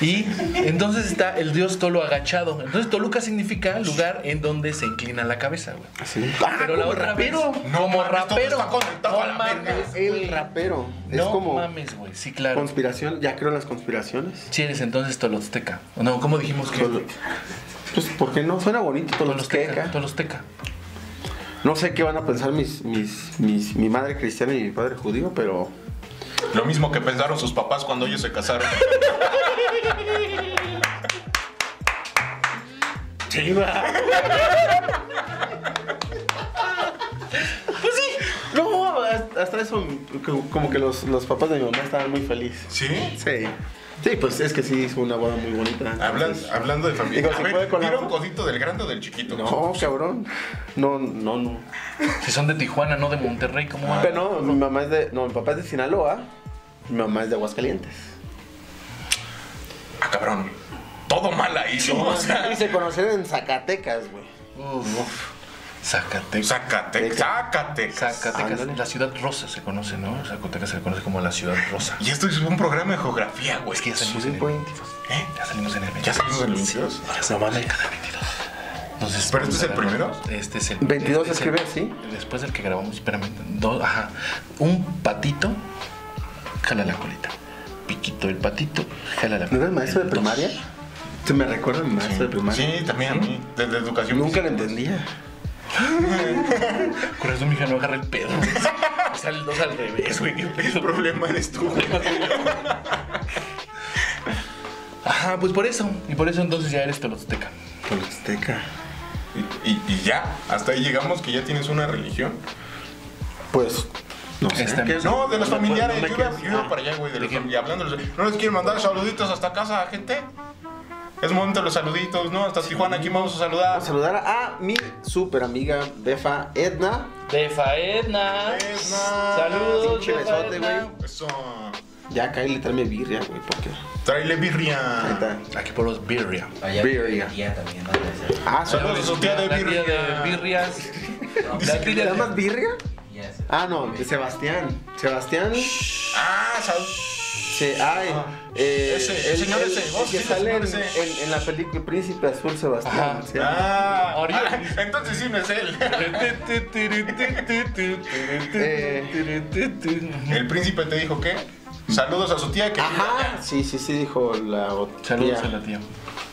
S6: Y entonces está el dios Tolo agachado. Entonces Toluca significa lugar en donde se inclina la cabeza, güey.
S4: Así.
S6: Pero la otra vez,
S3: Ah, No
S6: como
S3: mames, todo
S6: rapero.
S3: está conectado a la verga.
S4: el rapero. Es
S6: no
S4: como
S6: mames, güey. Sí, claro.
S4: conspiración. Ya creo en las conspiraciones.
S6: Si eres entonces tolozteca. O No, ¿cómo dijimos que?
S4: Tolo- Pues, ¿por qué no? Suena bonito,
S6: Tolozteca.
S4: Tolosqueca.
S6: Tolozteca.
S4: No sé qué van a pensar mis, mis, mis, mi madre cristiana y mi padre judío, pero.
S3: Lo mismo que pensaron sus papás cuando ellos se casaron.
S4: [laughs]
S6: Pues
S4: No, hasta eso, co- como que los, los papás de mi mamá estaban muy felices.
S3: ¿Sí?
S4: Sí. Sí, pues es que sí, hizo una boda muy bonita.
S3: Hablan-
S4: Entonces-
S3: hablando de familia.
S4: Digo,
S3: A
S4: ¿se
S3: ver,
S4: puede con la-
S3: ¿Vieron cosito del grande o del chiquito?
S4: No, cabrón. No, no, no.
S6: Si son de Tijuana, no de Monterrey, ¿cómo van?
S4: Pero no, mi mamá es de. No, mi papá es de Sinaloa. Mi mamá es de Aguascalientes.
S3: Ah, cabrón. Todo mal ahí, ¿no? O sea,
S4: Y se conocieron en Zacatecas, güey.
S6: Uf. Zacatecas.
S3: Zacatecas. Zacatecas.
S6: Zacatecas,
S4: Ándale.
S6: la ciudad rosa se conoce, ¿no? Zacatecas se le conoce como la ciudad rosa.
S3: Y esto es un programa de geografía, güey.
S6: Es que ya salimos en el
S4: güey.
S6: 22.
S3: ¿Eh?
S6: Ya salimos en el 22.
S3: ¿Ya salimos en el 22?
S6: Sí, ya salimos en el 22. Entonces,
S3: ¿Pero este
S6: vamos
S3: es el
S6: a ver,
S3: primero?
S6: Este es el
S4: 22
S6: este es
S4: escribe
S6: el-
S4: así.
S6: Después del que grabamos, espérame. Dos, ajá. Un patito, jala la colita. Piquito el patito, jala la
S4: ¿No
S6: colita.
S4: era el maestro de
S6: Dos.
S4: primaria? Se me recuerda a mi maestro Ah, de primaria.
S3: Sí, también a mí. Desde educación.
S4: Nunca
S3: física.
S4: lo entendía.
S6: Con razón mi hija no agarra el pedo. [laughs] Sale el 2 al revés, güey. qué
S3: El
S6: pedo.
S3: problema eres tú. güey.
S6: Ajá, pues por eso. Y por eso entonces ya eres tolozteca.
S4: Tolteca.
S3: Y, y- y ya, hasta ahí llegamos que ya tienes una religión.
S4: Pues, no sé.
S6: Está bien.
S3: No, de los
S4: Este, No me
S3: familiares.
S4: acuerdo, no me
S3: Yo iba,
S4: quieres-
S3: yo iba
S4: ah,
S3: para allá, güey. De los
S6: dije-
S3: familiares. Hablando de los- ¿No les quieren mandar saluditos hasta casa, gente? Es momento de los saluditos, ¿no? Hasta Tijuana, aquí vamos a saludar.
S4: Vamos a saludar a mi super amiga Befa Edna.
S6: De Faedna.
S3: Faedna.
S6: Saludos,
S4: Pinche
S6: de
S4: besote,
S6: Faedna.
S4: güey.
S3: Eso.
S4: Ya acá y le tráeme birria, güey, porque.
S3: Traile birria.
S4: Ahí está.
S6: Aquí por los birria.
S8: Allá
S4: Ah. Birria.
S8: tía también, ¿no? Desde-
S4: Ah, solo.
S3: Saludos a su tía de
S6: La tía
S3: birria.
S6: de birrias. [laughs] La
S4: ¿Te
S6: tía
S4: llamas birria?
S8: ya se-
S4: Ah, no, de Sebastián. Sebastián.
S3: Ah, sal-
S4: Se, ay, eh,
S3: Ese, señor
S4: el-
S3: ese,
S4: el
S3: vos,
S4: que
S3: sí,
S4: sale en,
S3: señor ese.
S4: en- en la película Príncipe Azul Sebastián.
S6: Ajá.
S4: sí.
S3: Ah,
S6: Orión.
S3: ah, entonces sí no es él.
S6: de-
S3: El príncipe te dijo qué? Saludos a su tía que.
S4: Ajá, sí, sí, sí, dijo la
S6: Saludos
S4: tía.
S6: a la tía.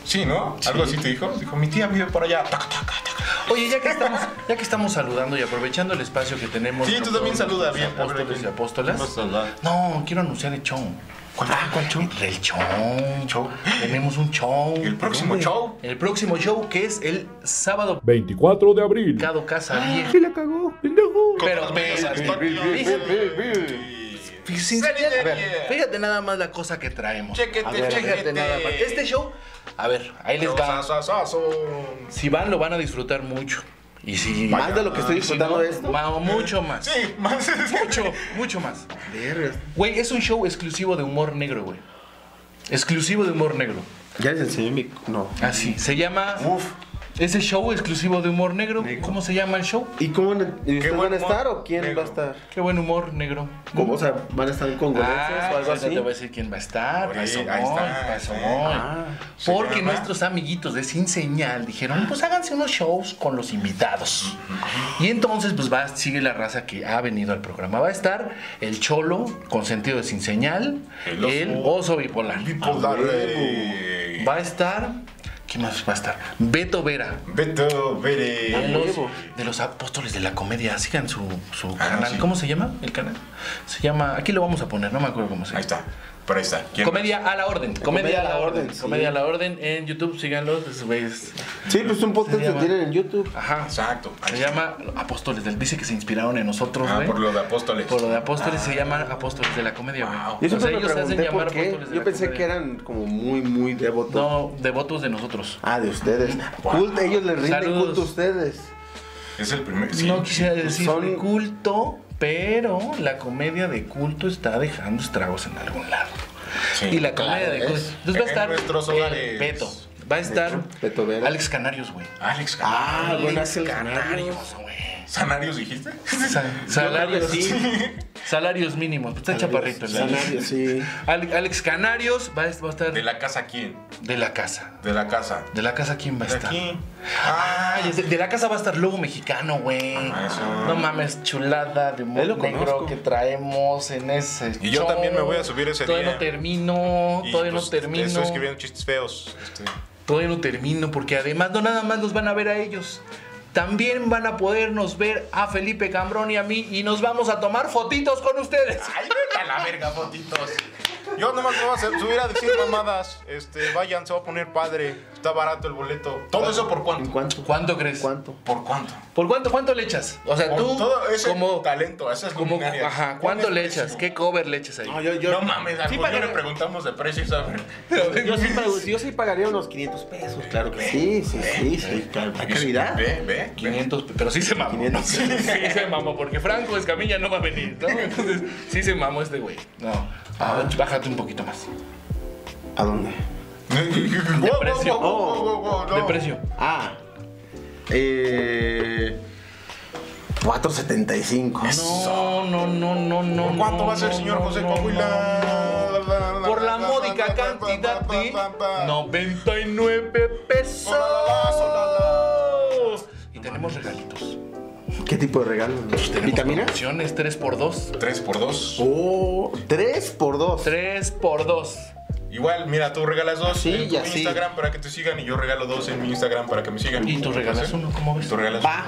S3: Sí, ¿no? Algo así te dijo. Dijo, mi tía vive por allá. Taca, taca, taca.
S6: Oye, ya que estamos, ya que estamos saludando y aprovechando el espacio que tenemos.
S3: Sí, tú también
S6: con todos
S3: saluda
S6: los
S3: bien. a ver,
S6: Apóstoles y
S3: bien.
S6: apóstolas.
S3: Vamos a saludar.
S6: No, quiero anunciar el show. ¿Cuál, cuál show? El show. Tenemos un show.
S3: El próximo
S6: ¿Dónde?
S3: show.
S6: El próximo show que es el sábado
S1: 24 de abril.
S6: Cada Casa Vieja.
S3: Ah,
S4: Sí, la cagó, pendejo.
S3: Con
S6: Pero
S3: las medias
S6: ve,
S3: Aristóteles.
S4: ve, ve, ve, ve.
S6: Fíjate, a ver, fíjate nada más la cosa que traemos.
S4: A
S5: Chequete,
S4: ver,
S5: chequete.
S6: Fíjate nada más. Este show, a ver, ahí les va. Si van, lo van a disfrutar mucho. Y si
S4: Más de lo
S3: Ah,
S4: que estoy
S6: y si
S4: disfrutando
S6: no,
S4: de esto.
S6: va mucho más.
S5: Sí, más es que-
S6: Mucho, mucho más.
S4: Vergas.
S6: Güey, es un show exclusivo de humor negro, güey. Exclusivo de humor negro.
S4: Ya les enseñé mi. No.
S6: Así. Se llama.
S5: Uf.
S6: Ese show exclusivo de humor negro. ¿Cómo se llama el show?
S4: ¿Y cómo van a, y ustedes
S5: buen
S4: van a estar
S5: humor
S4: o quién
S5: negro.
S4: va a estar?
S6: Qué buen humor negro.
S4: ¿Cómo? O sea, ¿van a estar en congolencias
S6: Ah,
S4: o algo
S6: ya te
S4: así?
S6: voy a decir quién va a estar.
S3: Por
S6: para
S3: ahí,
S6: eso
S3: ahí
S6: voy,
S3: está,
S6: para eso
S3: sí.
S6: voy.
S4: Ah.
S6: Porque
S3: Sí, ajá.
S6: nuestros amiguitos de Sin Señal dijeron, pues háganse unos shows con los invitados. Y entonces, pues va, sigue la raza que ha venido al programa. Va a estar el Cholo, con sentido de Sin Señal, el
S3: El
S6: oso,
S3: oso.
S6: bipolar.
S3: Dale.
S6: Va a estar, ¿quién más va a estar? Beto Vera.
S3: Beto, vere.
S6: de los- de los apóstoles de la comedia, sigan su, su
S3: Ah,
S6: canal.
S3: sí.
S6: ¿Cómo se llama el canal? Se llama, aquí lo vamos a poner, no me acuerdo cómo se
S3: Ahí
S6: llama.
S3: está. Por ahí está. ¿Quién
S6: Comedia a la orden. Comedia, a la orden.
S4: sí.
S6: Comedia a la orden en YouTube. Síganlos. pues, güeyes.
S4: Sí, pues un podcast
S6: Se
S4: que
S6: llama-
S4: tienen en YouTube.
S6: Ajá.
S3: más? Exacto.
S6: Se llama Apóstoles del. Dice que se inspiraron en nosotros,
S3: Ah,
S6: güey.
S3: por lo de Apóstoles.
S6: Por lo de Apóstoles se llama Apóstoles de la Comedia, güey.
S3: Wow.
S4: Yo
S6: O sea,
S4: siempre me pregunté por qué.
S6: Apóstoles de
S4: Yo
S6: la
S4: pensé
S6: Comedia.
S4: que eran como muy, muy devotos.
S6: No, devotos de nosotros.
S4: Ah, de ustedes. Culto, ellos les rinden
S6: Saludos.
S4: culto a ustedes.
S3: Es el primer. sí.
S6: No quisiera decir
S4: Son-
S6: de culto, pero la comedia de culto está dejando estragos en algún lado.
S3: Sí.
S6: Y la comedia
S4: Claro,
S6: de
S4: es.
S6: culto. Entonces va a
S3: Eh, En
S6: estar
S3: nuestros
S6: el
S3: hogares.
S6: Beto. Va a estar
S4: Beto Vera.
S6: Alex Canarios, güey.
S3: Alex
S4: Ah,
S3: Canarios.
S4: buenas
S6: Canarios,
S4: canarios.
S6: güey.
S3: ¿Sanarios dijiste?
S6: Sa-
S4: Yo
S6: Salarios,
S4: creo que
S6: salarios mínimos. pues Está chaparrito el
S4: Canarios, sí.
S6: Ale- Alex Canarios va a, va a
S3: [laughs]
S6: estar
S3: ¿De
S6: de la,
S3: la casa quién?
S6: casa.
S3: De la casa.
S6: ¿De la casa quién va a
S3: ¿De
S6: estar?
S3: aquí? Ah,
S6: Ay, es de, de la casa va a estar Lobo Mexicano, güey.
S3: eso.
S6: No mames, chulada de humor
S4: Él lo
S6: negro
S4: conozco.
S6: que traemos en ese
S3: Y yo
S6: show.
S3: también me voy a subir ese
S6: Todavía
S3: día.
S6: no termino,
S3: y,
S6: todavía
S3: pues,
S6: no termino.
S3: Estoy escribiendo chistes feos. Este,
S6: Todavía no termino porque además no nada más nos van a ver a ellos. También van a podernos ver a Felipe Cambrón y a mí y nos vamos a tomar fotitos con ustedes.
S3: Ay, vete a la verga, fotitos. Yo nomás me voy a hacer- subir a decir mamadas. Este, vayan, se va a poner padre. Está barato el boleto. ¿Todo eso por
S4: ¿En
S3: cuánto?
S4: cuánto?
S6: ¿Cuánto crees?
S4: ¿Cuánto?
S3: ¿Por cuánto?
S6: ¿Por cuánto cuánto le echas? O sea,
S3: Por
S6: tú
S3: todo ese
S6: como
S3: talento, esas
S6: como
S3: luminarias.
S6: ajá, ¿cuánto
S3: Pones
S6: le echas?
S3: precio.
S6: ¿Qué cover le echas ahí?
S4: No, yo, yo,
S3: No mames, al
S4: Sí,
S3: Julio
S4: para-
S3: le preguntamos de precios a ver.
S4: yo, sí, pag- yo sí pagaría unos 500 pesos, claro que sí. Sí, sí, sí, sí. ¿Eh? claro, Hay calidad.
S3: Ve, ve.
S6: 500, pe- pero sí se mamó.
S4: 500.
S6: Sí, sí se mamó, porque Franco Escamilla no va a venir, ¿no? Entonces, sí se mamó este güey. No, a ver, bájate un poquito más.
S4: ¿A dónde?
S3: De
S6: precio. De precio.
S4: Ah. Eh. 475.
S6: No, no, no, no, no.
S3: ¿Por cuánto
S6: no,
S3: va a ser,
S6: no,
S3: señor
S6: no,
S3: José
S6: no,
S3: Coahuila?
S6: no, no. Por la módica cantidad de 99 pesos. Y tenemos regalitos.
S4: ¿Qué tipo de regalo? ¿Vitamina?
S6: Opciones 3x2.
S3: 3 por 2.
S4: Oh, 3 por 2.
S6: 3x2.
S3: Igual, mira, tú regalas dos
S4: Sí,
S3: en tu
S4: ya, sí.
S3: Instagram para que te sigan y yo regalo dos en mi Instagram para que me sigan.
S6: Y tú regalas uno, ¿cómo
S3: Y
S6: ves?
S3: tú regalas
S4: Va.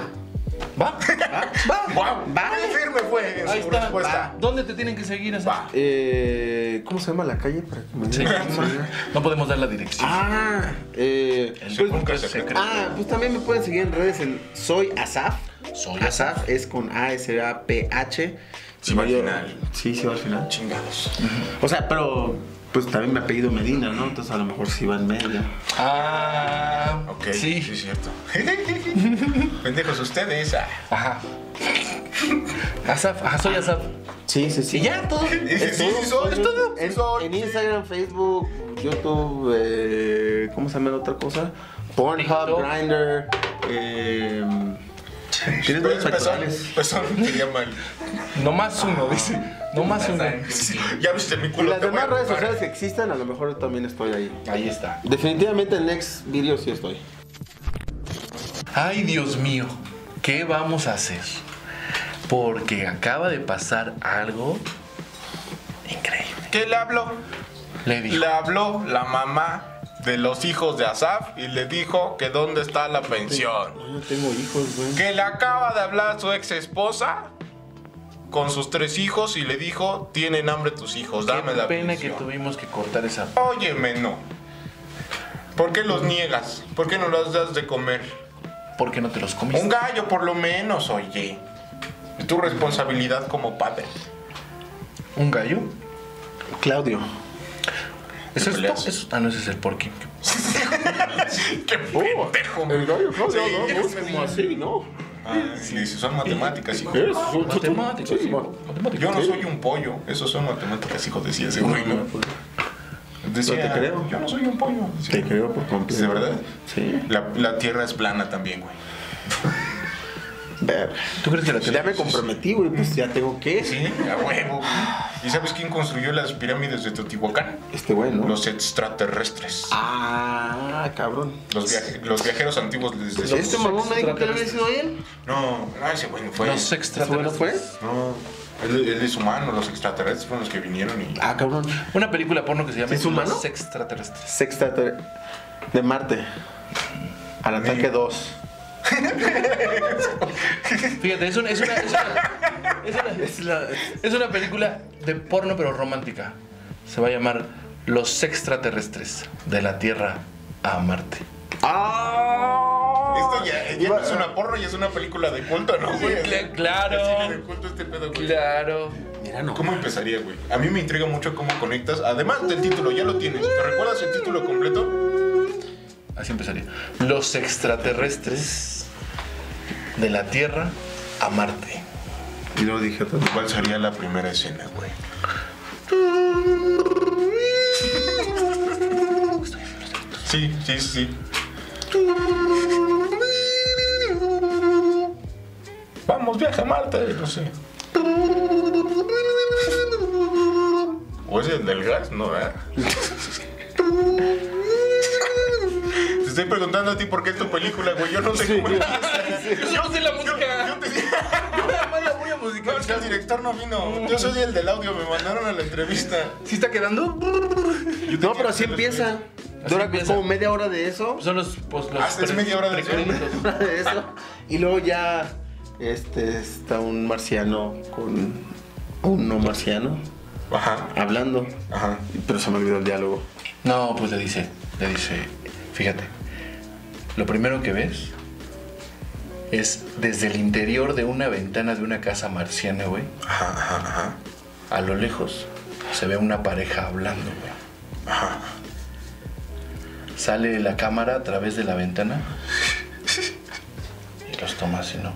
S6: Va.
S4: Va.
S3: [laughs] ¡Wow!
S4: Va.
S3: ¡Qué firme fue en
S6: Ahí
S3: su
S6: está.
S3: respuesta!
S6: Va. ¿Dónde te tienen que seguir? Así?
S3: Va.
S4: Eh, ¿Cómo se llama la calle? Para que me
S6: Sí.
S4: digan?
S6: No podemos dar la dirección.
S4: Ah, eh,
S6: El
S4: pues-
S6: podcast
S3: pues,
S6: secreto.
S4: ah, pues también me pueden seguir en redes. en soy Asaf.
S6: Soy
S4: Asaf es con A S A P H.
S3: Sí va al final.
S4: Sí, sí va al final.
S3: Chingados.
S4: O sea, pero pues también me ha pedido Medina, ¿no? Entonces a lo mejor sí va en medio.
S6: Ah,
S3: Ok, sí,
S6: Sí.
S3: es cierto. Pendejos ustedes. ah.
S6: Ajá. Asaf, ajá, soy Asaf.
S4: Sí, sí, sí.
S6: Y ya, todo.
S3: Sí, sí, sí, soy, todo.
S4: En,
S3: Soy.
S4: en Instagram, Facebook, YouTube, eh, ¿cómo se llama la otra cosa? Pornhub,
S6: TikTok.
S4: Grindr. Eh, Tienes
S3: Pero
S4: varios
S3: es pezón,
S4: factores.
S3: pezón, se llama el-
S6: No más uno, dice. No más uno.
S3: Ya viste mi
S4: Y
S3: culo.
S4: las
S3: te voy a
S4: demás redes
S3: comprar.
S4: sociales que existan, a lo mejor también estoy ahí.
S6: Ahí está.
S4: Definitivamente en Next Video sí estoy.
S6: Ay, Dios mío, ¿qué vamos a hacer? Porque acaba de pasar algo increíble.
S3: ¿Qué le habló?
S6: Le dijo,
S3: Le habló la mamá de los hijos de Asaf y le dijo que dónde está la pensión.
S4: No tengo hijos, güey.
S3: Que le acaba de hablar su ex esposa con sus tres hijos y le dijo, tienen hambre tus hijos,
S6: qué
S3: dame la
S6: pena que
S3: pensión.
S6: tuvimos que cortar esa...
S3: Óyeme, no. ¿Por qué los niegas? ¿Por qué no los das de comer?
S6: ¿Por qué no te los comiste?
S3: Un [laughs] gallo por lo menos, oye. Es tu responsabilidad como padre.
S6: ¿Un gallo?
S4: Claudio.
S6: ¿Es esto?
S3: peleas.
S6: ¿Es- Ah, no, ese es el porky.
S3: Pendejo,
S4: El gallo Claudio,
S3: Sí,
S4: ¿no?
S3: es
S4: Es como así, ¿no?
S3: Ah, y le dice, son matemáticas, hijo.
S4: Es
S6: Matemáticas,
S4: Sí,
S6: hijo, matemáticas.
S3: Yo no soy un pollo, eso son matemáticas, hijo, decía ese güey, ¿no? Decía,
S4: No te creo.
S3: yo no soy un pollo.
S4: Te creo por completo.
S3: ¿De verdad?
S4: Sí.
S3: La, la tierra es plana también, güey.
S4: Verga.
S6: ¿Tú crees que la
S4: Ya me comprometí, güey, pues ya tengo que.
S3: Sí, a huevo. güey. ¿Y sabes quién construyó las pirámides de Teotihuacán?
S4: Este güey, ¿no?
S3: Los extraterrestres.
S4: Ah, cabrón.
S3: Los, viaje- los viajeros antiguos les decían.
S4: Este mamón me dijo que lo había sido él.
S3: No, no, ese güey no fue.
S6: Los
S4: ¿Ese güey no
S6: extraterrestres.
S4: fue?
S3: No, él, él es humano, los extraterrestres fueron los que vinieron y.
S4: Ah, cabrón.
S6: Una película porno que se llama
S4: ¿Es humano?
S6: Los extraterrestres.
S4: Sexta ter- de Marte. Al ataque 2.
S6: Fíjate, es una, es una, es una- es una- es una película de porno pero romántica. Se va a llamar Los extraterrestres de la Tierra a Marte.
S4: ¡Ah!
S3: Esto ya, ya no es una porra y es una película de culto, ¿no, güey?
S6: cl-
S3: El cine de
S6: claro,
S3: culto este pedo, güey.
S6: claro.
S3: ¿Cómo empezaría, güey? A mí me intriga mucho cómo conectas. Además del título, ya lo tienes. ¿Te recuerdas el título completo?
S6: Así empezaría. Los extraterrestres de la Tierra a Marte.
S4: Y lo dije todo.
S3: "Pues, ¿Cuál sería la primera escena, güey? Sí, sí, sí. Vamos, viaja a Marte, no sé. ¿O es el del gas? No, eh? ¿verdad? Te estoy preguntando a ti por qué es tu película, güey. Yo no sé cómo
S6: Yo sé la música.
S3: Yo, te- No, es que el director no vino. Yo soy el del audio, me mandaron a la entrevista.
S6: ¿Sí está quedando?
S4: No, pero así empieza. Dura
S6: empieza.
S4: como media hora de eso.
S6: Son los, pues, los
S3: Ah, es
S6: pre-
S3: media hora de
S6: precréditos.
S4: [laughs] Hora de eso. Y luego ya este está un marciano con un no marciano
S3: Ajá,
S4: hablando.
S3: ajá.
S4: Pero se me olvidó el diálogo.
S6: No, pues le dice, le dice, fíjate, lo primero que ves es desde el interior de una ventana de una casa marciana, güey. A lo lejos se ve una pareja hablando, güey. Sale la cámara a través de la ventana y los toma así, ¿no?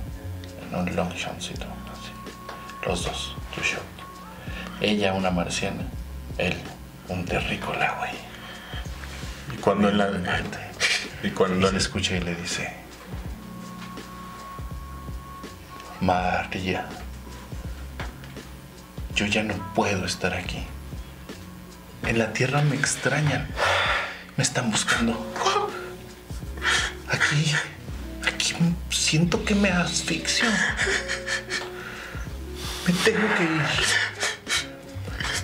S6: En un long shotcito, así. Los dos, tu shot. Ella una marciana, él un terrícola, güey.
S3: Y cuando en la. Y cuando
S6: Lo escucha y le dice: María, yo ya no puedo estar aquí. En la tierra me extrañan. Me están buscando. Aquí, aquí siento que me asfixio. Me tengo que ir.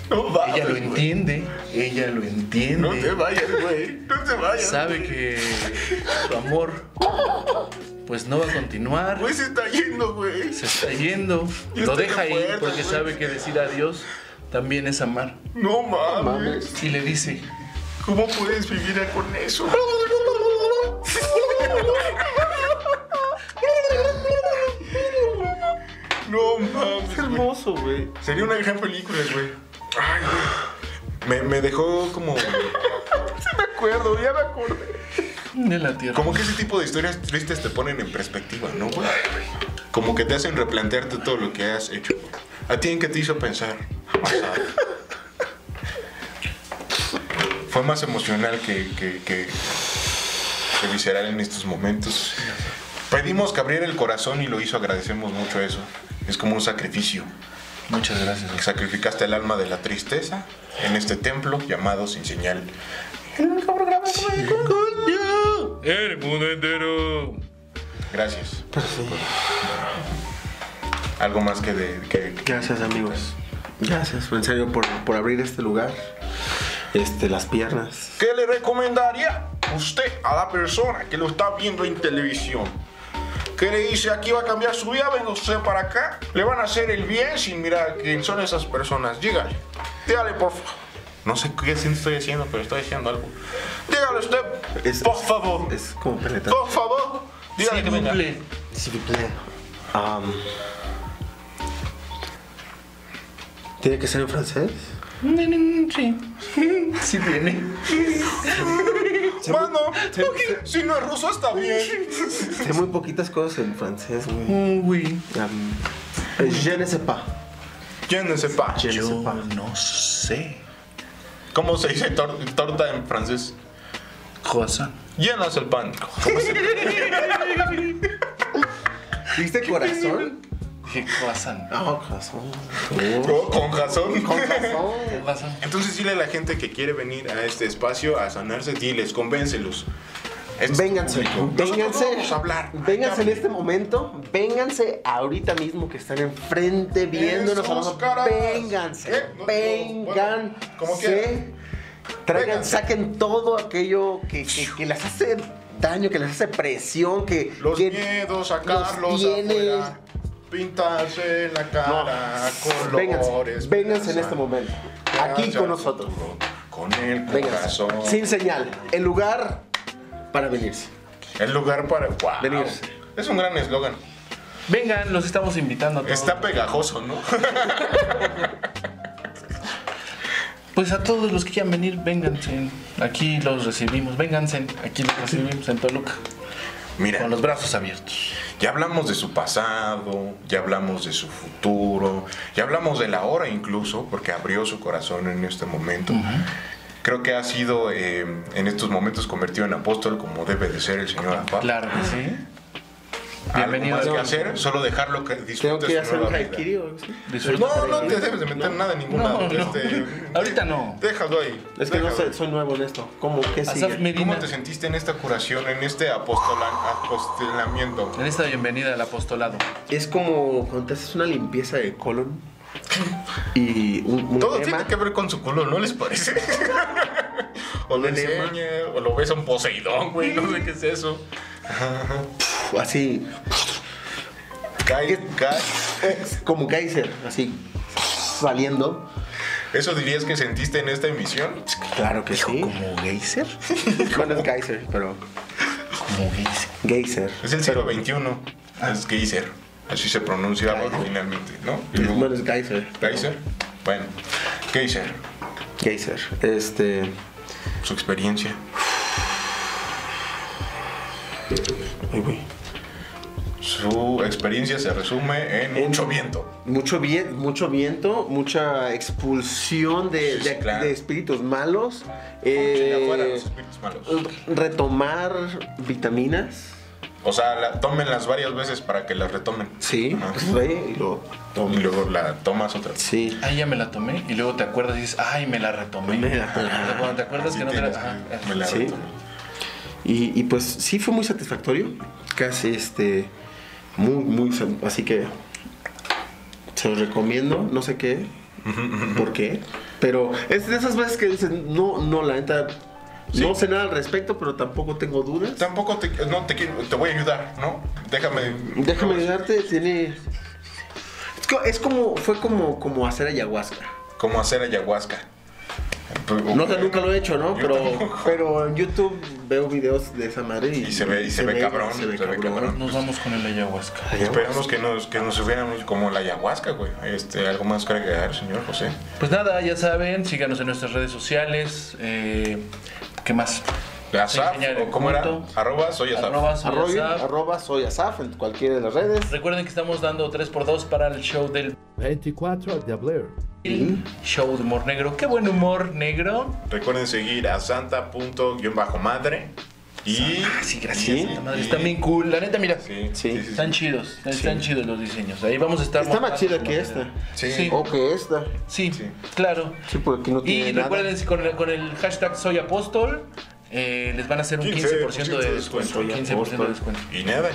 S3: No vayas.
S6: Ella lo entiende. Ella lo entiende.
S3: No te vayas, güey. No te vayas.
S6: sabe que su amor pues no va a continuar,
S3: Güey, se está yendo, güey.
S6: se está yendo,
S3: Ya
S6: lo
S3: está
S6: deja
S3: de
S6: ir
S3: acuerdo,
S6: porque
S3: güey.
S6: sabe que decir adiós también es amar.
S3: No mames.
S6: Y le dice,
S3: ¿Cómo puedes vivir con eso? No mames. güey.
S4: Hermoso, güey.
S3: Sería una gran película, güey. Ay, güey. Me, me dejó
S6: [laughs]
S3: como.
S6: de la tierra.
S3: Como que ese tipo de historias tristes te ponen en perspectiva, ¿no, güey? Como que te hacen replantearte todo lo que has hecho. ¿A ti en qué te hizo
S6: [laughs]
S3: pensar? Pasar. Fue más emocional que, que, que, que visceral en estos momentos. Pedimos que abriera el corazón y lo hizo, agradecemos mucho eso. Es como un sacrificio.
S6: Muchas gracias. Oscar.
S3: Sacrificaste el alma de la tristeza en este templo llamado Sin Señal.
S6: El mundo entero.
S3: Gracias. Algo más que de. que- que-
S4: Gracias, amigos. Gracias, en serio, por, por abrir este lugar. Este, las piernas.
S3: ¿Qué le recomendaría usted a la persona que lo está viendo en televisión? Que le dice aquí va a cambiar su vida, venga usted para acá. Le van a hacer el bien sin mirar quién son esas personas. Dígale, dígale por favor. No sé qué estoy diciendo, pero estoy diciendo algo. Dígale usted,
S4: Es-
S3: por favor.
S4: Es como penetrar.
S3: Por favor, dígale que venga.
S6: Cumple.
S4: S'il vous plaît. Um, ¿Tiene que ser en francés?
S6: Sí, sí tiene.
S3: Mano, si no es ruso está bien.
S4: Sé muy poquitas cosas en francés, güey.
S6: Uy,
S4: Um, eh, je ne sais pas.
S3: ¿Quién no sepa?
S4: Je ne
S6: yo
S4: sais pas.
S6: no sé.
S3: ¿Cómo se dice tor- torta en francés?
S6: Cosa.
S3: Llenas el pan.
S4: ¿Viste corazón?
S6: Dije croissant.
S4: No, corazón.
S3: Oh, con razón.
S4: Corazón.
S6: Croissant.
S3: Entonces dile a la gente que quiere venir a este espacio a sanarse, diles, convéncelos. Este Es
S4: Vénganse,
S3: público. Nosotros
S4: vénganse,
S3: no Vamos a hablar.
S4: vénganse en este momento, vénganse ahorita mismo que están enfrente viéndonos.
S3: Esos
S4: abajo.
S3: caras.
S4: Vénganse,
S3: Eh, no, no, bueno, como
S4: vénganse.
S3: quieran.
S4: Traigan,
S3: Vénganse.
S4: saquen todo aquello que, que- que las hace daño, que les hace presión, que
S3: Los
S4: que
S3: miedos,
S4: los
S3: sacarlos
S4: tiene.
S3: afuera. Pintarse la cara
S4: No,
S3: colores.
S4: vénganse, vénganse en
S3: belleza.
S4: este momento,
S3: Vénganse
S4: aquí con
S3: al
S4: nosotros,
S3: futuro, Con el
S4: vénganse,
S3: corazón.
S4: sin señal, el lugar para venirse.
S3: El lugar para. ¡Wow!
S4: Venirse.
S3: Es un gran eslogan.
S6: Vengan, los estamos invitando a todos.
S3: Está pegajoso, ¿no? [laughs]
S6: Pues a todos los que quieran venir, vénganse. Aquí los recibimos, vénganse. Aquí los recibimos en Toluca.
S3: Mira,
S6: Con los brazos abiertos.
S3: ya hablamos de su pasado, ya hablamos de su futuro, ya hablamos de la hora incluso, porque abrió su corazón en este momento. Creo que ha sido eh, en estos momentos convertido en apóstol como debe de ser el señor Afab.
S6: Claro que sí.
S3: Bienvenido.
S6: Bienvenido.
S3: más que hacer, solo dejarlo que disfrute
S4: Tengo que
S3: su
S4: ir a hacer un
S3: nueva vida.
S4: haikiri o algo así.
S6: Disfruta.
S3: No, no te debes de meter nada en ningún
S6: No,
S3: lado.
S6: no.
S3: este,
S6: [laughs] Ahorita no.
S3: Déjalo ahí.
S4: Es que no
S3: déjalo.
S4: sé, soy nuevo en esto. ¿Cómo? ¿Qué
S6: Asaf
S4: sigue?
S6: Medina.
S3: ¿Cómo te sentiste en esta curación, en este apostola- apostolamiento?
S6: En esta bienvenida al apostolado.
S4: Es como cuando te haces una limpieza de colon y un, un
S3: Todo
S4: enema.
S3: tiene que ver con su culo, ¿no les parece? o lo
S4: Un enema.
S3: enseñe, o lo ves a un Poseidón, güey, no sé qué es eso.
S4: Puf, así,
S3: Cae, cae.
S4: es como Kaiser, así saliendo.
S3: ¿Eso dirías que sentiste en esta emisión?
S4: Claro que sí.
S6: ¿Como geyser?
S4: [laughs] Bueno, es Kaiser, pero
S6: Como geyser.
S4: Geyser.
S3: Es el siglo XXI, es geyser, así se pronunciaba originalmente, ¿no? Y luego,
S4: Bueno, es Geyser.
S3: ¿Geyser? Bueno, geyser,
S4: Geyser. Este.
S3: su experiencia.
S4: ay, güey.
S3: Su experiencia se resume en
S4: En-
S3: mucho viento.
S4: Mucho, bien, mucho viento, mucha expulsión de,
S3: Sí, sí,
S4: de-
S3: claro.
S4: de espíritus malos.
S3: Chinga
S4: eh,
S3: fuera los espíritus malos.
S4: retomar vitaminas.
S3: O sea, la- tómenlas varias veces para que las retomen.
S4: Sí,
S3: Ajá.
S4: pues ve y lo
S3: Y
S4: tomo.
S3: luego la tomas otra vez.
S4: Sí.
S6: Ay, ya me la tomé. Y luego te acuerdas y dices, ay, me la retomé.
S4: Me la tomé.
S6: Cuando te acuerdas que no te la... ah, ajá, ajá.
S3: Me la
S4: Sí.
S3: retomé.
S4: Y, y pues sí fue muy satisfactorio. Casi este. Muy, muy. sa- Así que. Se los recomiendo. No sé qué. ¿Por qué? Pero es de esas veces que dicen, no, no, la neta. No sé nada al respecto, pero tampoco tengo dudas.
S3: Tampoco te, no, te, quiero- te voy a ayudar, ¿no? Déjame.
S4: Déjame ayudarte, tiene. Es co- Es como. Fue como, como hacer ayahuasca.
S3: Cómo hacer ayahuasca.
S4: No sé, nunca lo he hecho, ¿no?
S3: Yo
S4: Pero,
S3: tampoco.
S4: pero en YouTube veo videos de esa madre y,
S3: Y se ve- y se ve cabrón, se ve cabrón.
S6: Nos vamos con el ayahuasca.
S3: Esperamos que nos, que nos hubiéramos como la ayahuasca, güey. Este, algo más que agregar, señor José.
S6: Pues nada, ya saben, síganos en nuestras redes sociales. eh, ¿Qué más?
S3: Asaf,
S6: señor,
S3: o cómo era,
S6: punto.
S3: arroba, soy Asaf.
S6: Arroba, soy
S4: Arroyo,
S6: Asaf.
S4: arroba soy Asaf en cualquiera de las redes.
S6: Recuerden que estamos dando 3x2 para el show del
S9: 24 de Blair.
S6: show de humor negro. Qué buen humor negro.
S3: Recuerden seguir a santa.-madre. Y.
S6: ah, Sí,
S4: Sí.
S6: gracias. puta madre, están bien cool. La neta, mira.
S3: Sí,
S4: Sí.
S3: sí, sí,
S6: Están
S3: sí.
S6: chidos, están chidos los diseños. Ahí vamos a estar.
S4: Está más
S6: montando
S4: chida
S6: su
S4: que
S6: material.
S4: esta.
S3: Sí.
S6: Sí.
S4: O que esta.
S6: Sí,
S3: Sí.
S6: claro.
S4: Sí, porque aquí no tiene
S6: Y
S4: nada.
S6: recuerden, si con el, con el hashtag soy apóstol, eh, les van a hacer un 15%,
S3: 15%
S6: de
S3: de
S6: descuento.
S3: descuento.
S6: 15% de descuento.
S3: Y nada,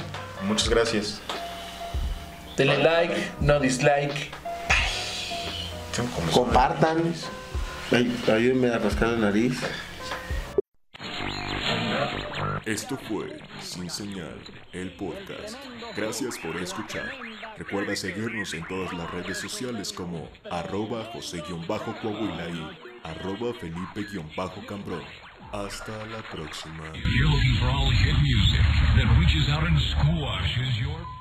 S3: muchas gracias.
S6: Denle like, no dislike.
S3: Tengo como-
S4: Compartan. Ay, ayúdenme a rascar la nariz.
S2: Esto fue Sin Señal, el podcast. Gracias por escuchar. Recuerda seguirnos en todas las redes sociales como arroba José-Coahuila y arroba Felipe-Cambrón. Hasta la próxima.
S1: If you're looking for all the hit music that reaches out and squashes your...